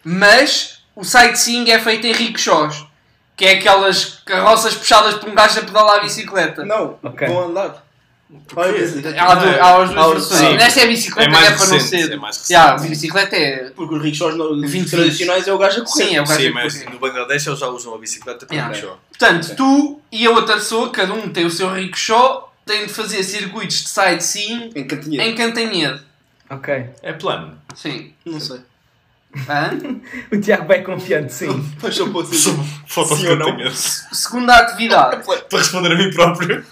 S4: mas o sightseeing é feito em rickshaws, que é aquelas carroças puxadas por um gajo a pedalar a bicicleta.
S1: Não,
S2: Ok.
S1: vão andar. Olha, pensei,
S4: Há, du- há as duas
S1: Há os-
S4: versões.
S3: sim.
S4: Nesta é a
S3: É
S4: bicicleta, é,
S3: mais
S4: para não
S3: recente,
S4: ser.
S3: é mais recente.
S4: Yeah, a bicicleta é.
S1: Porque os rickshaws no- os
S4: 20.
S1: tradicionais é o gajo a correr.
S4: Sim, é o gajo
S3: Sim,
S4: a
S3: mas É.
S4: correr.
S3: um no Bangladesh eles já usam a bicicleta para
S4: Yeah.
S3: rickshaw.
S4: Portanto, tu e a outra pessoa, cada um tem o seu rickshaw, têm de fazer circuitos de sightseeing
S1: Em cantinheiro.
S4: em Cantanhede.
S2: Ok.
S3: É plano.
S4: Sim.
S1: Não sei.
S4: Hã?
S2: O Tiago bem confiante, sim.
S1: Mas eu posso dizer.
S3: Foto
S1: Sim ou não?
S4: Segunda atividade.
S3: Para responder a mim próprio.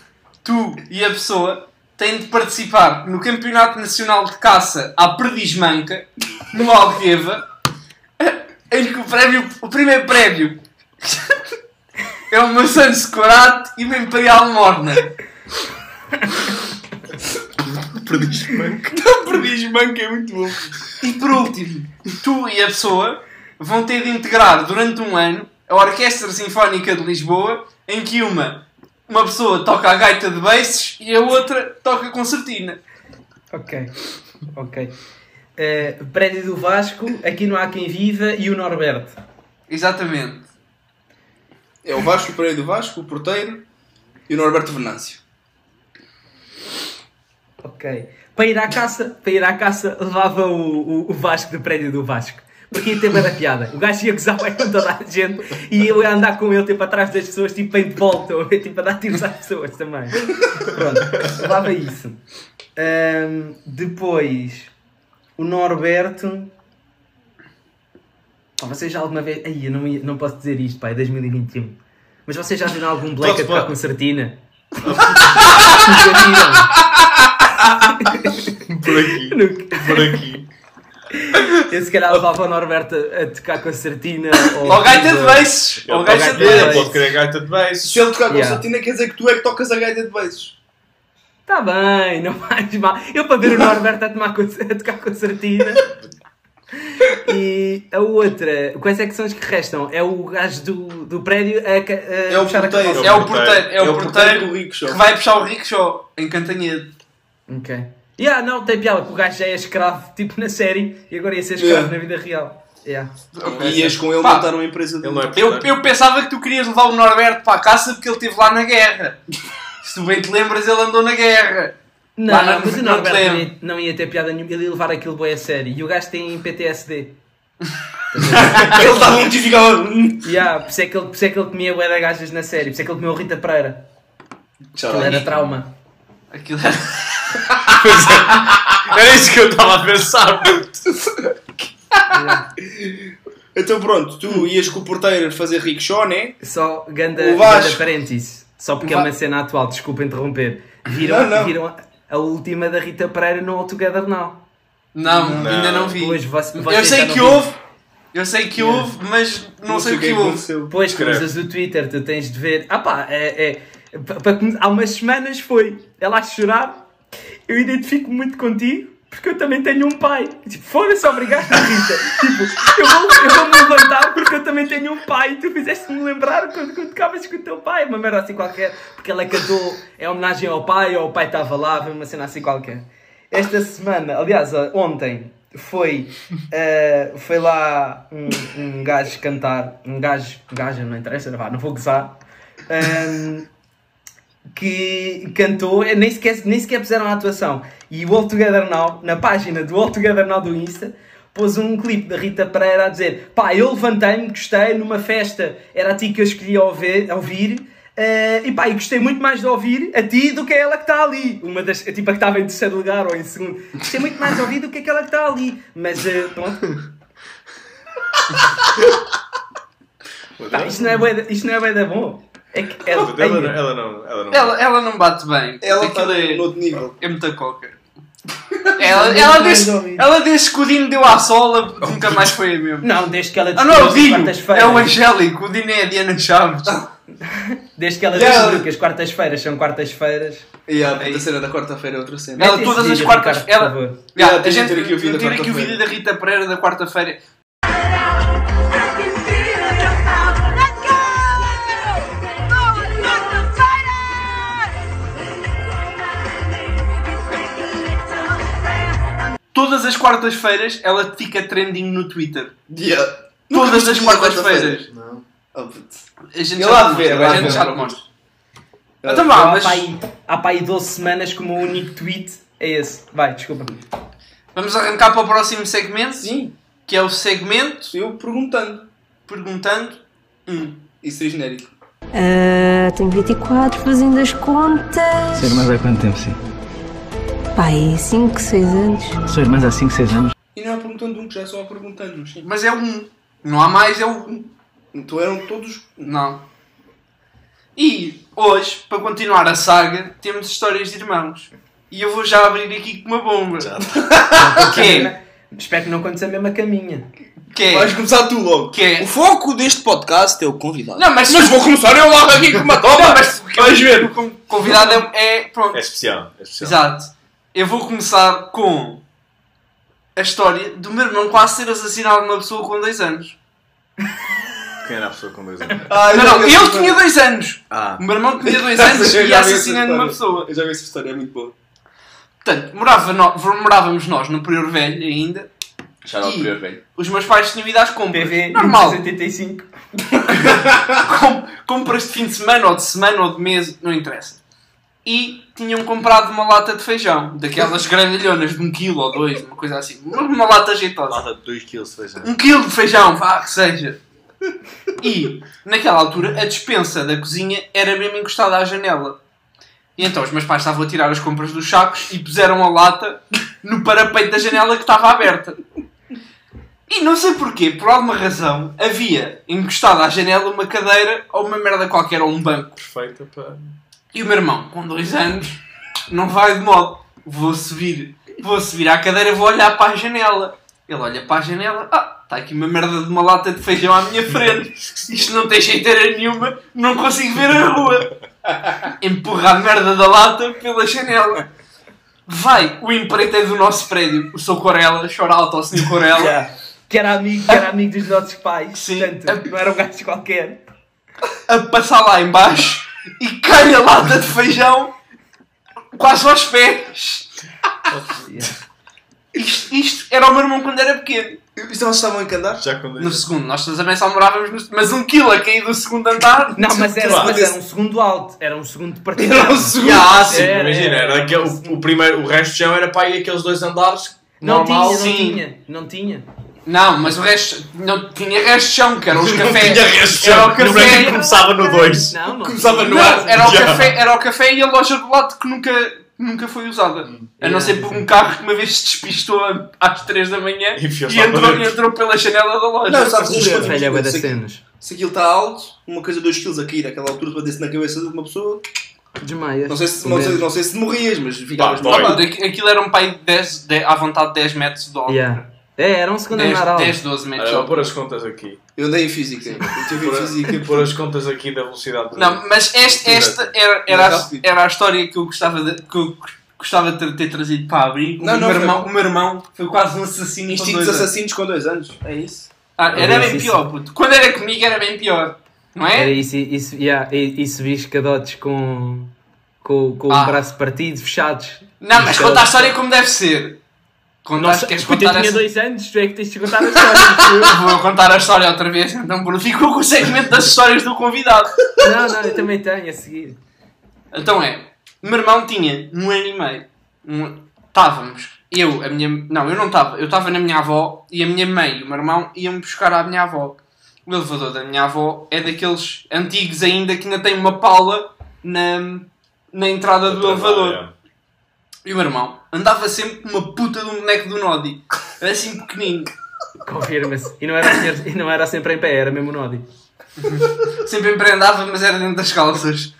S4: tu e a pessoa têm de participar no Campeonato Nacional de Caça à Perdismanca, no Alqueva, em que o, prémio, o primeiro prémio é um maçã de secorato e uma imperial morna.
S1: Perdiz banco é muito bom.
S4: E por último, tu e a pessoa vão ter de integrar durante um ano a Orquestra Sinfónica de Lisboa, em que uma, uma pessoa toca a gaita de beiços e a outra toca a concertina.
S2: Ok. Ok. Eh, prédio do Vasco, aqui não há quem viva e o Norberto.
S4: Exatamente.
S1: É o Vasco, o Pereira do Vasco, o Porteiro e o Norberto Venâncio.
S2: Ok. Para ir à caça, para ir à caça levava o, o, o Vasco do prédio do Vasco. Porque ia ter bué da piada. O gajo ia gozar bem com toda a gente e eu ia andar com ele tipo atrás das pessoas, tipo em de volta, ou tipo a dar tiros às pessoas também. Pronto, levava isso. Ahm, depois, o Norberto. Pá, vocês já alguma vez. Ai, eu não, ia- não posso dizer isto, pá, é 2021. Mas vocês já viram algum black a
S3: Pode,
S2: tocar
S3: pode.
S2: concertina? Nunca viram?
S3: Por aqui.
S2: Nunca.
S3: Por aqui.
S2: Eu se calhar levava o Norberto a, a tocar concertina ou.
S4: Ou gaita de beiços! Ou gaita de
S2: gaita de
S4: beiços!
S3: Pode querer gaita de beijo.
S1: Se ele tocar com
S2: Yeah.
S1: Satina, quer dizer que tu é que tocas a gaita de beijos.
S2: Tá bem, não faz mal. Eu para ver o Norberto a, tomar con- a tocar concertina. E a outra, quais é que são as que restam? É o gajo do, do prédio a, ca- a
S1: É o
S2: puxar a
S1: porteiro.
S2: carroça.
S4: É o porteiro, é o
S1: do
S4: porteiro
S1: rickshaw.
S4: que vai puxar o rickshaw em Cantanhede.
S2: Ok. Yeah, não, tem piada, que o gajo já é escravo, tipo na série, e agora ia ser escravo
S1: Yeah.
S2: na vida real. Yeah.
S1: E ias com ele
S4: Pá,
S1: montar uma empresa de.
S3: Ele não é
S4: Eu,
S3: porteiro.
S4: eu pensava que tu querias levar o Norberto para a caça porque ele esteve lá na guerra. Se tu bem te lembras, ele andou na guerra.
S2: Não,
S4: Lá não-
S2: mas o
S4: não
S2: Norberto não
S4: te lembro.
S2: ia, não ia ter piada nenhuma, ele ia levar aquilo boi a sério. E o gajo tem PTSD.
S1: Ele está muito e ficava. "Hum."
S2: Yeah, por, isso é que ele, por isso é que ele comia bué de gajas na série, por isso é que ele comeu Rita Pereira. Aquilo era trauma.
S4: Aquilo era...
S3: Era isso que eu estava a pensar.
S1: Então pronto, tu ias com o porteiro fazer rickshaw, né?
S2: Só ganda,
S1: O Vasco.
S2: ganda parênteses. Só porque
S1: Va-
S2: é uma cena atual, desculpa interromper. Viram,
S1: Não, não.
S2: viram a, a última da Rita Pereira no All Together Now.
S4: Não, ainda não vi.
S2: Pois, voce-
S4: eu
S2: vocês já
S4: sei
S2: não
S4: que
S2: viram.
S4: houve, eu sei que houve, mas não, sei o que, houve.
S1: é aconteceu.
S2: Pois, que
S3: Credo.
S2: usas o Twitter, tu tens de ver. Ah pá, é. é pa- pa- há umas semanas foi ela a chorar. Eu identifico muito contigo porque eu também tenho um pai. Tipo, foda-se, obrigado, Rita. tipo, eu vou, eu vou me levantar porque eu também tenho um pai. Tu fizeste-me lembrar quando, quando tocavas com o teu pai. Uma merda assim qualquer. Porque ela cantou é homenagem ao pai ou o pai estava lá, foi uma cena assim qualquer. Esta semana, aliás, ah, ontem, foi, ah, foi lá um, um gajo cantar, um gajo, gajo não interessa, vá, não vou gozar, Ehm, ahm, que cantou, eh, nem sequer, nem sequer puseram a atuação. E o All Together Now, na página do All Together Now do Insta, pôs um clipe da Rita Pereira a dizer pá, eu levantei-me, gostei, numa festa, era a ti que eu escolhia ouvir, ouvir eh, e pá, e gostei muito mais de ouvir a ti do que a ela que está ali. Uma das, tipo, a que estava em terceiro lugar ou em segundo. Gostei muito mais de ouvir do que aquela que está ali. Mas, eh, pronto. Pá, isto não é bué de- isto não é bué da bom. É que ela,
S3: Ela, não- ela não. Ela não.
S4: Ela, ela não bate bem.
S1: Ela está
S4: Aquilo é,
S1: no outro nível.
S4: é muita coca. É, Ela, ela, desde, ela desde que o Dino deu à sola,
S1: Oh,
S4: nunca mais foi a mesma.
S2: Não, desde que ela
S4: Ah, não, é o
S2: as
S4: Dino!
S2: quartas-feiras.
S4: É o Angélico, o Dino é a Diana Chaves.
S2: Desde que ela
S1: Yeah.
S2: descobriu que as quartas-feiras são quartas-feiras.
S1: E a outra cena da quarta-feira é outra cena.
S4: Ela
S2: Mete
S4: todas
S2: esse
S4: as
S2: vídeo,
S4: quartas.
S2: Ricardo, por
S4: Ela,
S2: favor.
S4: Ya,
S1: Ya,
S4: a
S1: tem-
S4: gente
S1: tem aqui o vídeo da
S4: tem aqui o
S1: quarta-feira.
S4: vídeo da Rita Pereira da quarta-feira. Todas as quartas-feiras ela fica trending no Twitter.
S1: Yeah.
S4: Todas as
S1: Nunca viste
S4: quartas-feiras.
S1: Não. Oh, putz.
S4: A gente
S1: Eu
S4: já
S1: lá
S4: te
S1: de ver,
S4: mostra,
S1: eu lá
S4: a
S1: de
S4: gente
S1: ver.
S4: já te mostra. Então
S2: Há
S4: vá,
S2: para
S4: mas
S2: aí- Há para aí 12 semanas que o meu único tweet é esse. Vai, desculpa.
S4: vamos arrancar para o próximo segmento,
S1: Sim,
S4: que é o segmento
S1: eu perguntando.
S4: perguntando. Hum.
S1: Isso seria genérico.
S7: Ah, tenho 24 fazendo as
S6: Sua
S7: contas.
S6: irmã há quanto tempo, sim?
S7: Pai, 5, 6 anos.
S6: Sua irmã há 5, 6 anos?
S1: E não é perguntando um, que já é só perguntando um. sim.
S4: Mas é um. Não há mais, é um.
S1: Então eram todos.
S4: Não. E hoje, para continuar a saga, temos histórias de irmãos. E eu vou já abrir aqui com uma bomba. que é,
S2: Espero que não aconteça mesmo a caminha.
S4: que é,
S1: Vais começar tu logo.
S4: que é.
S1: foco deste podcast é o convidado.
S4: Não, mas, mas vou começar eu logo aqui com uma bomba, mas
S1: Vais ver.
S4: o convidado é, é pronto.
S3: É especial. É especial.
S4: Exato. Eu vou começar com a história do meu irmão quase ser assassinado por uma pessoa com 2 anos.
S3: Quem era a pessoa com dois anos?
S1: Ah,
S4: Não, não, eu tinha 2 anos.
S3: Ah,
S4: O meu irmão tinha 2 anos e ia assassinando uma pessoa.
S1: Eu já vi essa história, é muito boa.
S4: Portanto, morava no- morávamos nós no Prior Velho ainda.
S3: já não
S4: E-
S3: prior velho.
S4: Os meus pais tinham ido às compras.
S2: PV
S4: Normal.
S2: 85.
S4: Com- compras de fim de semana ou de semana ou de mês, não interessa. E tinham comprado uma lata de feijão, daquelas grandalhonas de um quilo ou dois, uma coisa assim. Uma- Uma lata jeitosa.
S3: Lata de 2kg, seja.
S4: um quilo de feijão, vá, que seja. E, naquela altura, a despensa da cozinha era mesmo encostada à janela. E então os meus pais estavam a tirar as compras dos sacos e puseram a lata no parapeito da janela que estava aberta. E não sei porquê, por alguma razão, havia encostada à janela uma cadeira ou uma merda qualquer, ou um banco.
S3: Perfeita para.
S4: E o meu irmão, com dois anos, não vai de modo. Vou subir, vou subir à cadeira, vou olhar para a janela. Ele olha para a janela, ah, está aqui uma merda de uma lata de feijão à minha frente. Isto não tem jeiteira nenhuma, não consigo ver a rua. Empurra a merda da lata pela janela. Vai, o empreiteiro do nosso prédio, o seu Corella, chora alto ao senhor Corella.
S2: Que era amigo, que era amigo dos nossos pais.
S4: Sim.
S2: Portanto, não era um gajo qualquer.
S4: a passar lá em baixo e cai a lata de feijão quase aos pés. Isto, isto era o meu irmão quando era pequeno.
S1: Isto elas estavam a cantar?
S3: Já com dois
S4: No
S3: anos.
S4: segundo, nós todos também só morávamos no mas um quilo a cair do segundo andar.
S2: Não, mas era,
S1: Claro.
S2: mas era um segundo alto. Era um segundo partido.
S1: Era o segundo.
S4: Ya,
S3: Ah, Sim,
S4: Ah, sim.
S2: Era,
S3: imagina,
S2: era.
S3: era aquele, o, o primeiro, o resto do chão era para ir aqueles dois andares
S2: Não tinha,
S3: normal.
S2: não
S4: sim.
S2: tinha. Não tinha.
S4: Não, mas o resto. Não tinha resto de chão, que eram os
S3: Não
S4: cafés.
S3: tinha resto de
S4: Era
S3: chão.
S4: o
S3: No Brasil
S4: café.
S3: começava no 2.
S2: Não, não.
S1: Começava
S2: tinha.
S1: no
S4: Não, era o
S3: Já.
S4: café, era o café e a loja do lado que nunca, nunca foi usada. A não ser por um carro que uma vez se despistou a- às 3 da manhã e
S3: Enfiou-se lá
S4: entrou,
S3: para dentro.
S4: entrou pela janela da loja.
S1: Não, sabes,
S2: Não,
S1: escuta,
S2: velho, é bué das
S1: se-
S2: cenas.
S1: Se aquilo está alto, uma coisa 2 kg a cair, aquela altura bater-se na cabeça de uma pessoa.
S2: Desmaias.
S1: Não sei se, não sei, não sei se morrias, mas ficavas
S3: Pá,
S4: Ah,
S1: mal.
S4: mano, aqu- aquilo era um pai de 10, de- à vontade 10 metros de altura.
S2: Yeah. É, era um segundo
S4: 10,
S2: andar alto.
S4: 10, 12
S3: Olha,
S4: metros de
S3: Vou pôr
S4: altura.
S3: as contas aqui.
S1: Eu andei em física. Eu tive em
S3: Pôr,
S1: física.
S3: pôr as contas aqui da velocidade. do-
S4: É Não, mas este- esta era, era, a, era a história que eu gostava de, que eu gostava de ter, ter trazido para abrir. O,
S1: Não, não,
S4: meu
S1: foi- tipo
S4: irmão, o meu irmão foi quase um assassino. com
S1: Instintos
S4: dois anos.
S1: assassinos com 2 anos. É isso?
S4: Ah, era
S2: Era
S4: bem
S2: isso.
S4: pior, puto. Quando era comigo era bem pior. Não é?
S2: Era isso, isso, yeah, e- isso vi escadotes com, com, com
S4: Ah.
S2: o braço partido, fechados.
S4: Não, mas
S2: Isso
S4: conta
S2: era-
S4: a história como deve ser. Conta,
S2: Nossa,
S4: queres
S2: puta, eu
S4: contar
S2: tinha
S4: essa...
S2: dois anos, tu é que tens de contar a história.
S4: Vou contar a história outra vez, então Bruno ficou com o segmento das histórias do convidado.
S2: não, não, eu também tenho, a seguir.
S4: Então é, o meu irmão tinha um ano e meio. Um- Estávamos, eu, a minha. Não, eu não estava, eu estava na minha avó e a minha mãe e o meu irmão iam buscar à minha avó. O elevador da minha avó é daqueles antigos ainda que ainda tem uma pala na, na entrada do elevador. E o meu irmão andava sempre com uma puta de um boneco do Nodi, assim pequenino.
S2: Confirma-se. E, não era sempre- e não era sempre em pé, era mesmo nódio.
S4: Sempre empreendava, mas era dentro das calças.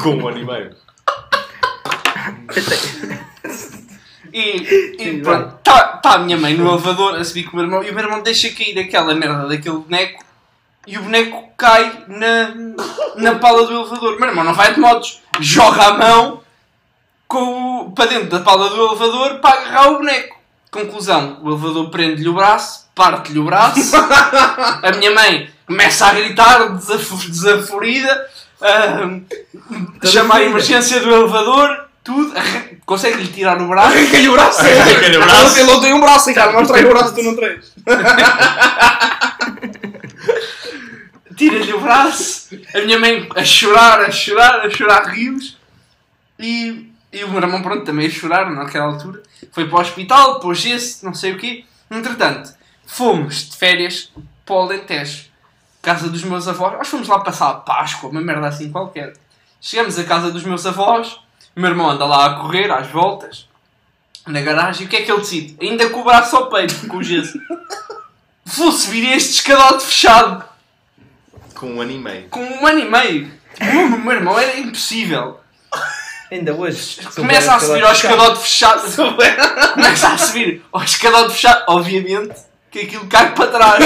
S3: Com um ano e meio.
S4: E, e
S2: Sim,
S4: pronto, está tá a minha mãe no elevador a subir com o meu irmão e o meu irmão deixa cair aquela merda daquele boneco e o boneco cai na, na pala do elevador. O meu irmão não vai de modos, joga a mão com o- para dentro da pala do elevador para agarrar o boneco. Conclusão, o elevador prende-lhe o braço, parte-lhe o braço, a minha mãe começa a gritar desaf- desaforida, ahm, chama a
S2: ferida.
S4: emergência do elevador, tudo, arran- consegue-lhe tirar o braço.
S1: Arranca-lhe o braço!
S3: Arranca-lhe o braço.
S1: Ele não tem um
S4: Ah,
S1: braço, Ricardo. Mostra aí o braço, tu não tens.
S4: tira-lhe o braço, a minha mãe a chorar, a chorar, a chorar rios, e, e o meu irmão, pronto, também a chorar naquela altura, foi para o hospital, pôs esse, não sei o quê. Entretanto, fomos de férias para o Alentejo, casa dos meus avós, nós fomos lá passar a Páscoa, uma merda assim qualquer. Chegamos à casa dos meus avós, o meu irmão anda lá a correr, às voltas, na garagem, e o que é que ele decide? Ainda com o braço ao peito, com o gesso. Vou subir este escadote fechado
S3: Com um ano e meio.
S4: com um ano e meio. O meu irmão era impossível.
S2: Ainda hoje.
S4: Começa a subir ao escadote fechado. Começa a subir ao escadote fechado. Obviamente que aquilo cai para trás.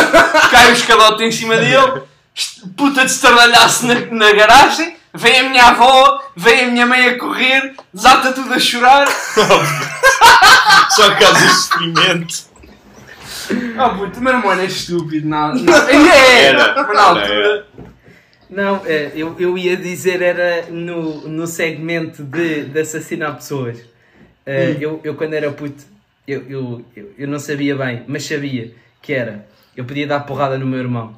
S4: Cai o escadote em cima dele. Est- Puta de estardalhaço na, na garagem. Vem a minha avó, vem a minha mãe a correr, desata tudo a chorar.
S3: Só causa de sofrimento.
S4: Ah, puto, o meu irmão era estúpido. Na, na, ainda é,
S3: Era.
S4: mas na altura.
S3: é.
S2: Não, é, eu, eu ia dizer era no, no segmento de, de assassinar pessoas. É, eu, eu quando era puto, eu, eu, eu, eu não sabia bem, mas sabia que era. Eu podia dar porrada no meu irmão.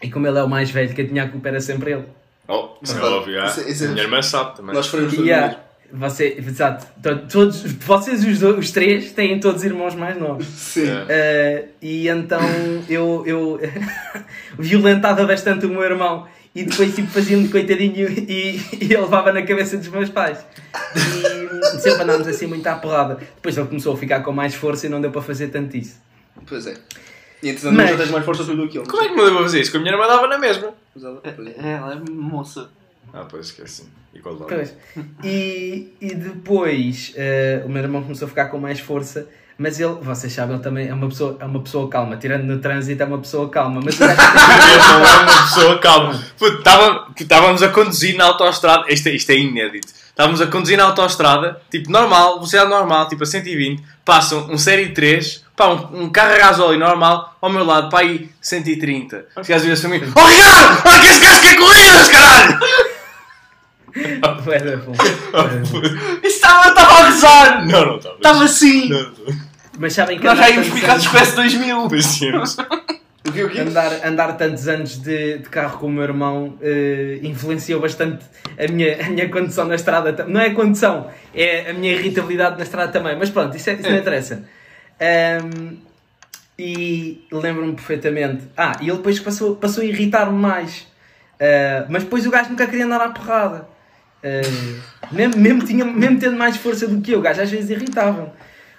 S2: E como ele é o mais velho, quem tinha a culpa era sempre ele.
S3: Oh, isso é
S1: Verdade.
S3: óbvio, ah.
S1: Isso é- isso é-
S3: Minha irmã sabe também.
S1: Nós faremos tudo
S2: E há- você, exato, to- todos, vocês os, do- os três têm todos irmãos mais novos.
S1: Sim.
S3: É.
S2: Eh, e então eu, eu violentava bastante o meu irmão e depois tipo, fazia-me de coitadinho e, e eu levava na cabeça dos meus pais. E sempre andámos assim muito à porrada. Depois ele começou a ficar com mais força e não deu para fazer tanto isso.
S1: Pois é. E entretanto,
S2: Mas-
S1: já tens mais força do que ele.
S3: Como é que me devo fazer isso? Que a minha irmã dava na mesma.
S4: Ela é moça.
S3: Ah, pois esqueci. Igualdade.
S2: Pois. E, e depois eh, o meu irmão começou a ficar com mais força, mas ele, vocês sabem, ele também é uma pessoa, é uma pessoa calma, tirando no trânsito é uma pessoa calma, mas o gajo-
S3: Eu não era uma pessoa calma. Puto, tava- puto, Estávamos a conduzir na autostrada. Isto, é- isto é inédito. Estávamos a conduzir na autostrada, tipo normal, velocidade normal, tipo a 120. Passa um série 3, pá, um, um carro a gasóleo normal, ao meu lado, pá, aí 130. Os gajos viram-se para mim: Oh Ricardo, olha que esse gajo quer corridas, caralho!
S2: é Bué da bom, bué da bom.
S4: Estava, estava a rezar.
S3: Não, não estava.
S4: Estava assim.
S3: Não, não.
S2: Mas sabem que
S4: Nós já
S2: andar
S4: íamos
S2: tantos
S4: picados
S2: anos-
S4: com esse 2000.
S3: Mas tínhamos.
S1: O que o quê?
S2: Andar, andar tantos anos de, de carro com o meu irmão eh, influenciou bastante a minha, a minha condição na estrada. tam- Não é a condição, é a minha irritabilidade na estrada também. Mas pronto, isso, é- isso não interessa. Ahm, e lembro-me perfeitamente. Ah, e ele depois passou, passou a irritar-me mais. Ah, mas depois o gajo nunca queria andar à porrada. Ah, mesmo, mesmo, tinha, mesmo tendo mais força do que eu, o gajo às vezes irritava-me.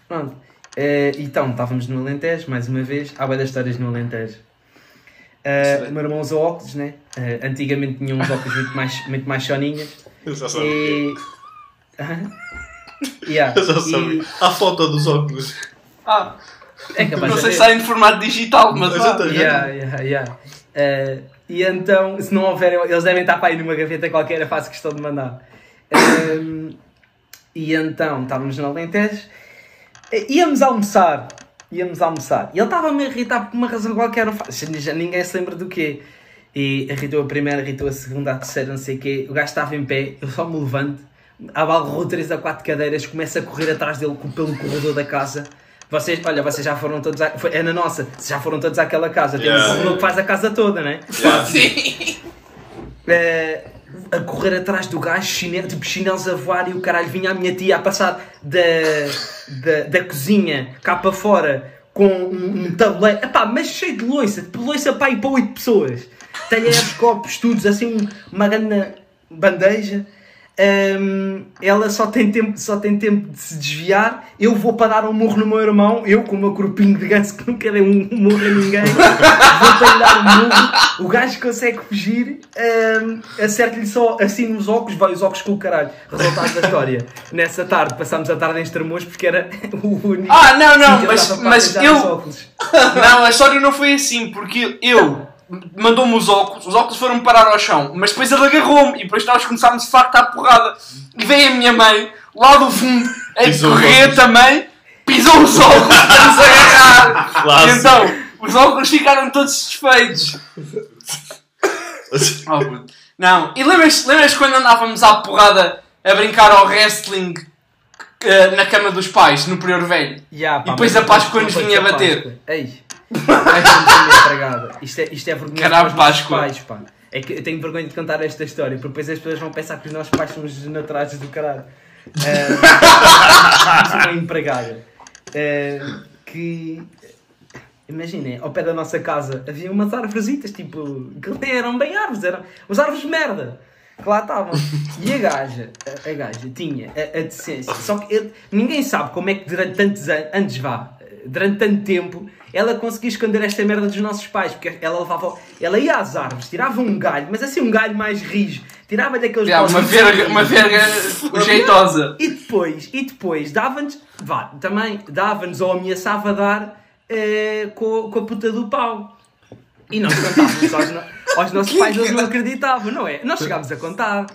S2: Pronto. Ah, então, estávamos no Alentejo, mais uma vez. Há boas histórias no Alentejo. Ah, o meu irmão usou óculos, né? Ah, antigamente tinha uns óculos muito mais, muito mais soninhas.
S3: Eu só sabia.
S2: E. Hã? Yeah.
S3: Eu só sabia.
S2: E...
S3: A foto dos óculos.
S4: Ah,
S2: É capaz
S4: não
S2: de
S4: sei tá se
S2: haver.
S4: está em formato digital, mas.
S3: Mas
S4: vá.
S3: eu tenho-
S2: Yeah, yeah, yeah. Eh, e então, se não houver, eles devem estar para aí numa gaveta qualquer, eu faço questão de mandar. Ehm, e então, estávamos no Alentejo, eh, íamos almoçar, íamos almoçar. E ele estava-me a irritar por uma razão qualquer, não faço- já ninguém se lembra do quê. E irritou a primeira, irritou a segunda, a terceira, não sei o quê. O gajo estava em pé, eu só me levanto, abalro 3 a 4 cadeiras, começo a correr atrás dele co- pelo corredor da casa. Vocês, olha, vocês já foram todos, à, foi- é na nossa, vocês já foram todos àquela casa. Tem
S3: Yeah.
S2: um corredor que faz a casa toda, né? Eh, a correr atrás do gajo, chinelo, tipo chinelos a voar e o caralho vinha a minha tia a passar da, da, da cozinha cá para fora com um, um tabuleiro, epá, mas cheio de loiça, tipo loiça para aí para oito pessoas, talheres, copos, tudo, assim um- uma grande bandeja. Ahm, ela só tem, tempo, só tem tempo de se desviar. Eu vou para dar um morro no meu irmão. Eu, com o meu corpinho de ganso que nunca dei um morro a ninguém, vou para lhe dar um morro. O gajo consegue fugir, ahm, acerto-lhe só assim nos óculos. Vai os óculos com o caralho. Resultado da história. Nessa tarde, passámos a tarde em extremos porque era o único.
S4: Ah, não,
S2: sítio
S4: não,
S2: onde
S4: mas-
S2: dava para
S4: mas
S2: arranjar os
S4: eu-
S2: óculos.
S4: Não, a história não foi assim, porque eu mandou-me os óculos, os óculos foram parar ao chão, mas depois ele agarrou-me e depois nós começámos de facto à porrada. E veio a minha mãe, lá do fundo, a
S3: Pisou os
S4: correr
S3: óculos.
S4: também, pisou os óculos para nos agarrar.
S3: Lá
S4: E
S3: Ah, sim.
S4: então, os óculos ficaram todos desfeitos. Oh, puto. não, e lembras, lembras quando andávamos à porrada a brincar ao wrestling eh, na cama dos pais, no Prior Velho?
S2: Ya, pá,
S4: E depois
S2: mas
S4: a Páscoa
S2: não
S4: nos
S2: foi
S4: vinha
S2: só
S4: bater.
S2: Páscoa. Ei. Ai, como minha empregada. Isto é, isto é vergonha
S4: Caralho,
S2: para os nossos
S4: Páscoa.
S2: pais, pá. É que eu tenho vergonha de contar esta história, porque depois as pessoas vão pensar que os nossos pais somos desnaturados do caralho. Ah, temos uma empregada ah, que. Imaginem, ao pé da nossa casa havia umas árvoresitas, tipo, que nem eram bem árvores, eram umas árvores de merda que lá estavam. E a gaja, a, a gaja tinha a, a decência. Só que eu- ninguém sabe como é que durante tantos anos, antes vá, durante tanto tempo, ela conseguia esconder esta merda dos nossos pais, porque ela levava, ela ia às árvores, tirava um galho, mas assim um galho mais rijo, tirava daqueles
S4: Yeah, uma
S2: postes de
S4: verga,
S2: sardinha.
S4: uma verga jeitosa.
S2: E depois, e depois, dava-nos, vá, também, dava-nos ou ameaçava dar eh, com, com a puta do pau. E nós contávamos aos, no- aos nossos pais, eles não acreditavam, não é? Nós chegámos a contar.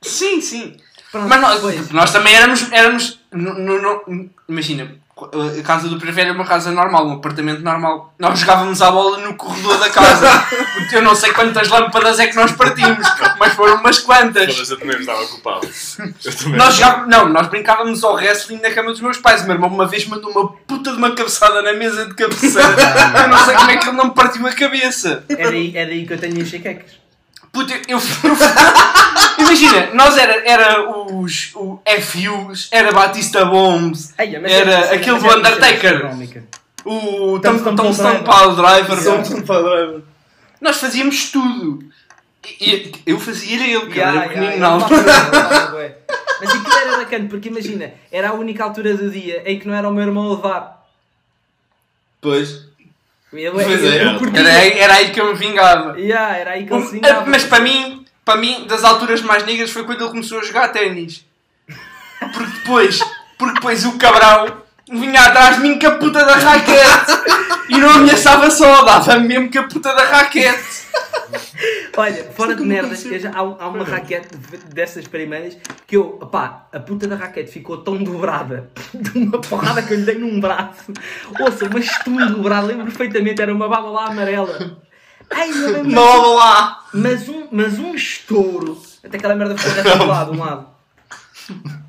S4: Sim, sim.
S2: Pronto,
S4: Mas nós,
S2: depois.
S4: nós também éramos. éramos no- no- no- imagina, a casa do Prevelho é uma casa normal, um apartamento normal. Nós jogávamos à bola no corredor da casa. Porque eu não sei quantas lâmpadas é que nós partimos, mas foram umas quantas.
S8: Foda-se, eu também estava culpado. Eu também.
S4: Nós jogávamos, não, nós brincávamos ao wrestling na cama dos meus pais. O meu irmão uma vez mandou uma puta de uma cabeçada na mesa de cabeceira. Eu não sei como é que ele não me partiu a cabeça.
S2: Era aí, era aí que eu tenho os chequeques.
S4: Puta, eu, eu- Imagina, nós era, era os o FUs, era Batista Bombs,
S2: Ai, mas
S4: Era
S2: uma cena-
S4: aquele
S2: mas
S4: do
S2: era uma cena
S4: Undertaker.
S2: astronómica.
S4: o
S2: Tom- Tom- Tom
S4: Thompson
S2: Driver.
S4: Pile Driver.
S1: Somos padrões.
S4: Nós fazíamos tudo. E- e- eu fazia ele, porque eu
S2: Ya,
S4: era
S2: ya,
S4: pequenino
S2: ya,
S4: na
S2: não
S4: altura.
S2: falo, não falo, Mas aquilo era bacana, porque imagina, era a única altura do dia em que não era o meu irmão a levar.
S1: Pois.
S2: Ele,
S1: Pois
S2: ele-
S1: é.
S4: Era, aí- era aí que eu me vingava.
S2: Ya, era aí que ele se
S4: Um-
S2: vingava.
S4: mas para mim, para mim, das alturas mais negras foi quando ele começou a jogar ténis. Porque depois, porque depois o cabrão vinha atrás de mim com a puta da raquete e não ameaçava só, dava mesmo com a puta da raquete.
S2: Olha, fora de merdas, eu já- há, um- há uma raquete dessas primeiras que eu, pá, a puta da raquete ficou tão dobrada de uma porrada que eu lhe dei num braço. Ouça, mas tão dobrada, lembro perfeitamente, era uma bala lá amarela. Ai, não lembro.
S4: Nova lá!
S2: Mas um, mas um estouro. Até aquela merda ficou dessa do lado, um lado.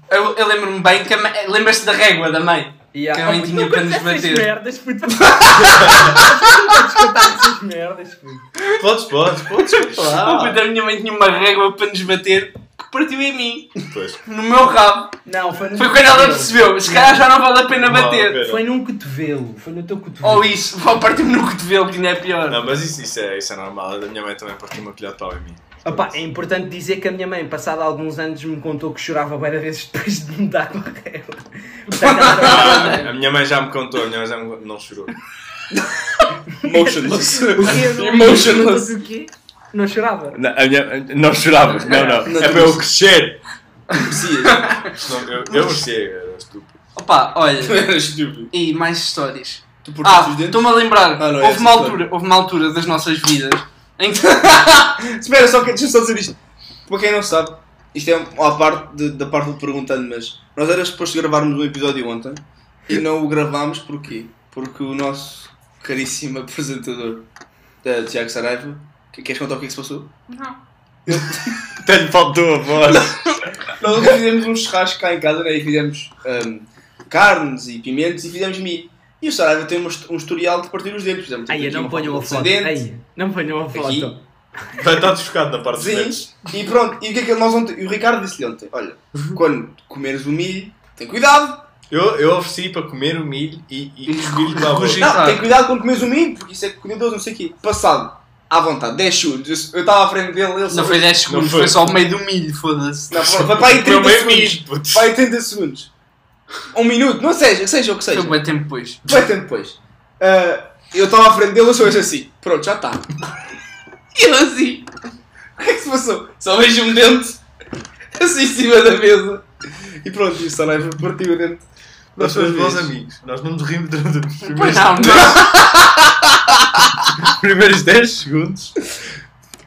S4: Eu, eu lembro-me bem que a mãe- lembras-te da régua da mãe? Que a mãe
S2: puto,
S4: tinha
S2: Oh, não
S4: para nos
S2: contes essas
S4: bater.
S2: merdas, puto. Não podes contar essas merdas, puto.
S1: Podes, podes, podes.
S4: O pai
S1: Claro.
S4: da Oh, minha mãe tinha uma régua para nos bater que partiu em mim,
S8: Pois.
S4: no meu rabo.
S2: Não, foi no
S4: Foi quando ela
S2: cotovelo.
S4: percebeu, se calhar já não vale a pena
S8: Não,
S4: bater.
S8: ok.
S2: Foi num cotovelo, foi no teu cotovelo.
S4: Ou isso, vou partir-me no cotovelo, que ainda é pior.
S8: Não, mas isso, isso, é, isso é normal. A minha mãe também partiu uma colher de pau em mim.
S2: Opa, é importante dizer que a minha mãe, passado alguns anos, me contou que chorava várias vezes depois de me dar com a régua. Portanto, ela né?
S8: A minha mãe já me contou, a minha mãe já me... não chorou.
S1: Motionless.
S2: estava-
S1: Emotionless.
S2: né? O quê? Não chorava.
S8: Não, a minha... não chorava, não, não. É para eu crescer.
S1: Psias.
S8: Não, eu, eu cresci, era estúpido.
S4: Opa, olha,
S1: Era estúpido.
S4: e mais histórias.
S1: Tu por
S4: Ah,
S1: os dentes.
S4: estou-me a lembrar,
S1: Ah, não, é
S4: houve,
S1: essa
S4: uma
S1: história.
S4: altura, houve uma altura das nossas vidas em que.
S1: Espera, só que deixa eu só dizer isto. Para quem não sabe, isto é à parte de- da parte do perguntando, mas nós era suposto gravarmos um episódio ontem e não o gravámos porquê? Porque o nosso caríssimo apresentador, eh, Tiago Saraiva, que- queres contar o que é que se passou?
S8: Tenho faltou a voz.
S1: Nós ontem fizemos um churrasco cá em casa, né? E fizemos ahm, carnes e pimentos e fizemos milho. E o Saraiva tem um, hist- um historial de partir os dentes. Fizemos
S2: Aí,
S1: aqui
S2: não
S1: uma
S2: ponham a
S1: foto do
S2: foto.
S1: descendente.
S2: Aí, não ponham a
S1: Aqui.
S2: foto.
S8: Vai estar desfocado na parte dos
S1: Sim,
S8: dentes.
S1: e pronto, e o que é que nós ontem, e o Ricardo disse-lhe ontem, olha, quando comeres o milho, tem cuidado,
S8: Eu, eu ofereci para comer o milho e, e
S4: E
S8: comi-lhe para a boca.
S4: rugi-
S1: não,
S4: Exato.
S1: tem cuidado quando comeres o milho, porque isso é cuidadoso, não sei o quê. Passado, à vontade, 10 segundos, eu estava à frente dele, ele só...
S4: Não foi 10 segundos,
S8: foi.
S4: foi. só o meio do milho, foda-se.
S1: Não, foi, foi para aí
S8: Comeu
S1: 30
S8: meio
S1: segundos,
S8: milho, putz.
S1: vai 30 segundos, um minuto, não seja, seja o que
S4: Foi
S1: seja,
S4: bem tempo depois.
S1: vai tempo depois. Ah, eu estava à frente dele, eu só ouço assim, pronto, já está.
S4: E eu assim,
S1: O que é que se passou? Só vejo um dente, assim em cima da mesa, e pronto, tá e o Saraiva partiu o dente.
S8: Nós somos
S1: Outra vez.
S8: bons amigos. Nós não nos rimos durante os
S4: pois
S8: primeiros,
S4: não, não.
S8: primeiros 10 segundos.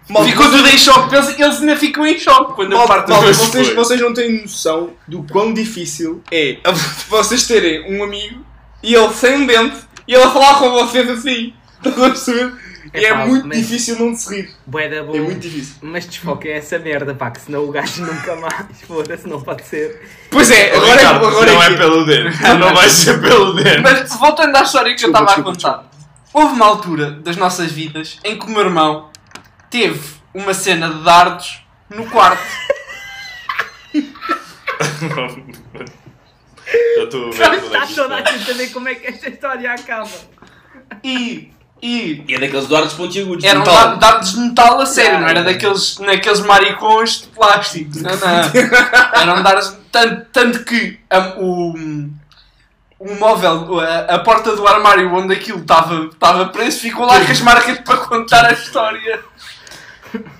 S1: Malta,
S4: ficou tudo em choque, eles, eles ainda ficam em choque quando eu
S1: Malta,
S4: parto
S1: malta,
S4: do
S8: foi.
S1: vocês, vocês não têm noção do quão difícil é vocês terem um amigo e ele sem um dente e ele a falar com vocês assim. Estão a perceber? E é
S2: Epá,
S1: muito
S2: mas-
S1: difícil não se rir.
S2: Bué da bom.
S1: É muito difícil.
S2: Mas desfoquem essa merda, pá, que senão o gajo nunca mais. Foda-se, não pode ser.
S1: Pois é, agora
S8: Ricardo,
S1: é, agora
S8: não é
S1: é, que-
S8: pelo dente. Não vai ser pelo dente.
S4: Mas voltando à história que eu
S1: Desculpa,
S4: estava a
S1: desculpa,
S4: contar. Houve uma altura das nossas vidas em que o meu irmão teve uma cena de dardos no quarto.
S8: Já estou a
S3: Tá
S8: ver tudo aqui.
S2: Está Tá toda a gente saber como é que esta história acaba.
S4: E. E.
S9: E é daqueles dardos pontiagudos.
S1: um
S4: Eram
S9: metal.
S4: dar- dardos de metal a sério, não era daqueles, naqueles maricões de plástico. Não, não. Eram dardos. Tanto, tanto que a- o. O móvel, a, a porta do armário onde aquilo estava estava preso, ficou lá com as marcas para contar a história.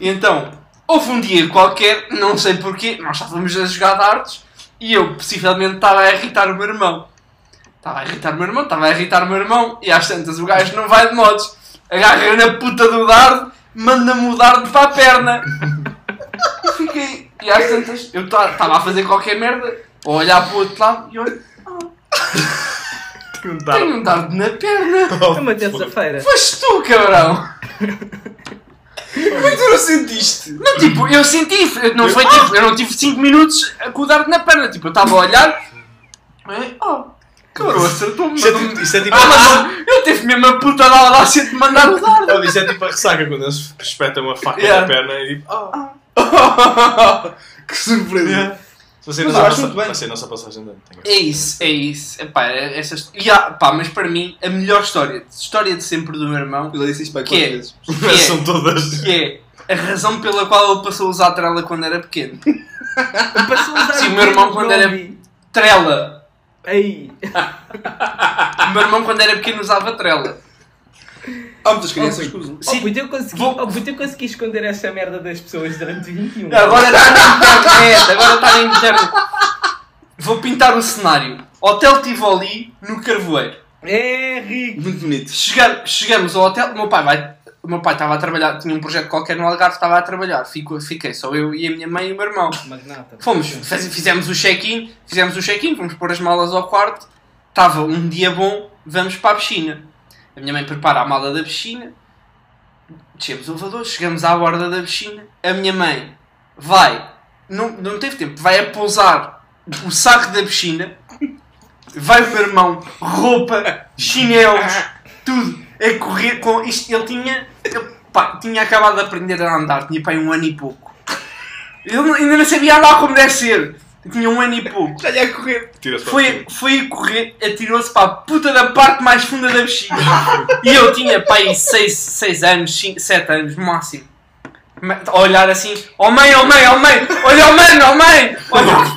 S4: E então, houve um dia qualquer, não sei porquê, nós estávamos a jogar dardos e eu possivelmente estava a irritar o meu irmão. Estava a irritar o meu irmão, estava a irritar o meu irmão e às tantas o gajo não vai de modos. Agarra na puta do dardo, manda-me o dardo para a perna. Fiquei. E às tantas, eu estava a fazer qualquer merda, a olhar para o outro lado e olho, tenho um dardo na perna.
S2: É uma terça-feira.
S4: Mas tu, cabrão!
S1: Como é que tu não sentiste?
S4: Não, tipo, eu senti, eu- não foi tipo, eu não tive 5 minutos a com o dardo na perna, tipo, eu estava a olhar. eh, Oh, cabrão, acertou-me.
S8: Isto é tipo- Isto é tipo.
S4: Ah, mas eu teve mesmo a puta da audácia de mandar o dardo.
S8: Olha, Isto é tipo a ressaca quando eles espetam uma faca
S4: Yeah.
S8: na perna e tipo. ah,
S1: que surpresa.
S8: Se você
S1: Mas
S8: não
S1: eu
S8: sabe
S1: acho
S8: passar-
S1: muito bem.
S8: vai ser a nossa passagem de ano. tenho
S4: É isso, é isso. Epá, é- essa histó- e há- pá, mas para mim, a melhor história, história de sempre do meu irmão,
S1: Eu já disse isto para
S4: Que
S1: quatro
S4: é?
S1: vezes.
S4: que é,
S8: São todas.
S4: que é a razão pela qual ele passou a usar trela quando era pequeno.
S2: Passou a usar
S4: Sim,
S2: o
S4: meu irmão, quando era-
S2: Gobi.
S4: Trela.
S2: Aí.
S4: O meu irmão, quando era pequeno, usava trela.
S1: Há muitas crianças que usam.
S2: Oh,
S4: Sim.
S2: puto, eu consegui,
S4: Vou-
S2: oh, puto, eu consegui esconder essa merda das pessoas durante 21
S4: Agora está na internet, agora está na internet. Vou pintar o cenário. Hotel Tivoli, no Carvoeiro.
S2: É rico.
S1: Muito bonito.
S4: Chega- chegamos ao hotel, o meu pai vai. O meu pai estava a trabalhar, tinha um projeto qualquer no Algarve, estava a trabalhar. Fico- fiquei só eu e a minha mãe e o meu irmão.
S2: Magnata.
S4: Fomos, faz- fizemos o check-in, fizemos o check-in, fomos pôr as malas ao quarto. Estava um dia bom, vamos para a piscina. A minha mãe prepara a mala da piscina. Descemos o elevador, chegamos à borda da piscina. A minha mãe vai, não, não teve tempo, vai a pousar o saco da piscina. Vai o meu irmão, roupa, chinelos, tudo, a correr com isto. Ele tinha, ele, pá, tinha acabado de aprender a andar, tinha pai um ano e pouco. Ele não- ainda não sabia andar como deve ser. Tinha um ano e pouco.
S1: Já ia correr.
S8: Tira-se para
S4: Foi, foi a correr, atirou-se para a puta da parte mais funda da bexiga. E eu tinha, pai, 6 anos, 7 anos, no máximo. Ma- A olhar assim, oh mãe, oh mãe, oh mãe, olha oh mano, oh mãe. Olha.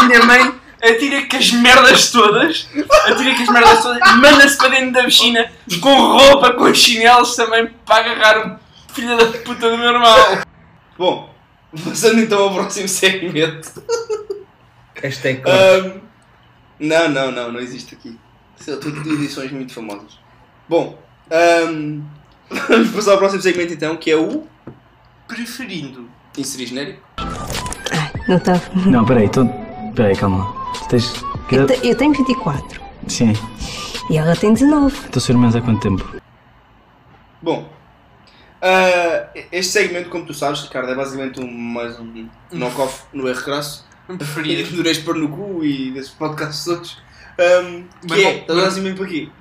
S4: A minha mãe atira com as merdas todas, atira com as merdas todas, manda-se para dentro da piscina, com roupa, com chinelos também, para agarrar o filho da puta do meu irmão.
S1: Bom, passando então ao próximo segmento.
S2: Esta é claro.
S1: Ahm, não, não, não, não existe aqui. São tudo edições muito famosas. Bom, ahm, vamos passar ao próximo segmento então, que é o.
S4: Preferindo.
S1: Inserir genérico.
S7: Não tá- estava.
S6: Não, peraí, tu. Peraí, calma. lá. Tu tens.
S7: Eu, te- eu tenho 24
S6: Sim.
S7: e ela tem 19.
S6: Tu ser menos há quanto tempo?
S1: Bom, ah, este segmento, como tu sabes, Ricardo, é basicamente um, mais um knock-off no erro crasso. E
S4: Um Preferido.
S1: durez pôr no cu e desses podcasts todos. Ahm,
S4: Mas
S1: que é,
S4: não-
S1: estás basicamente por aqui.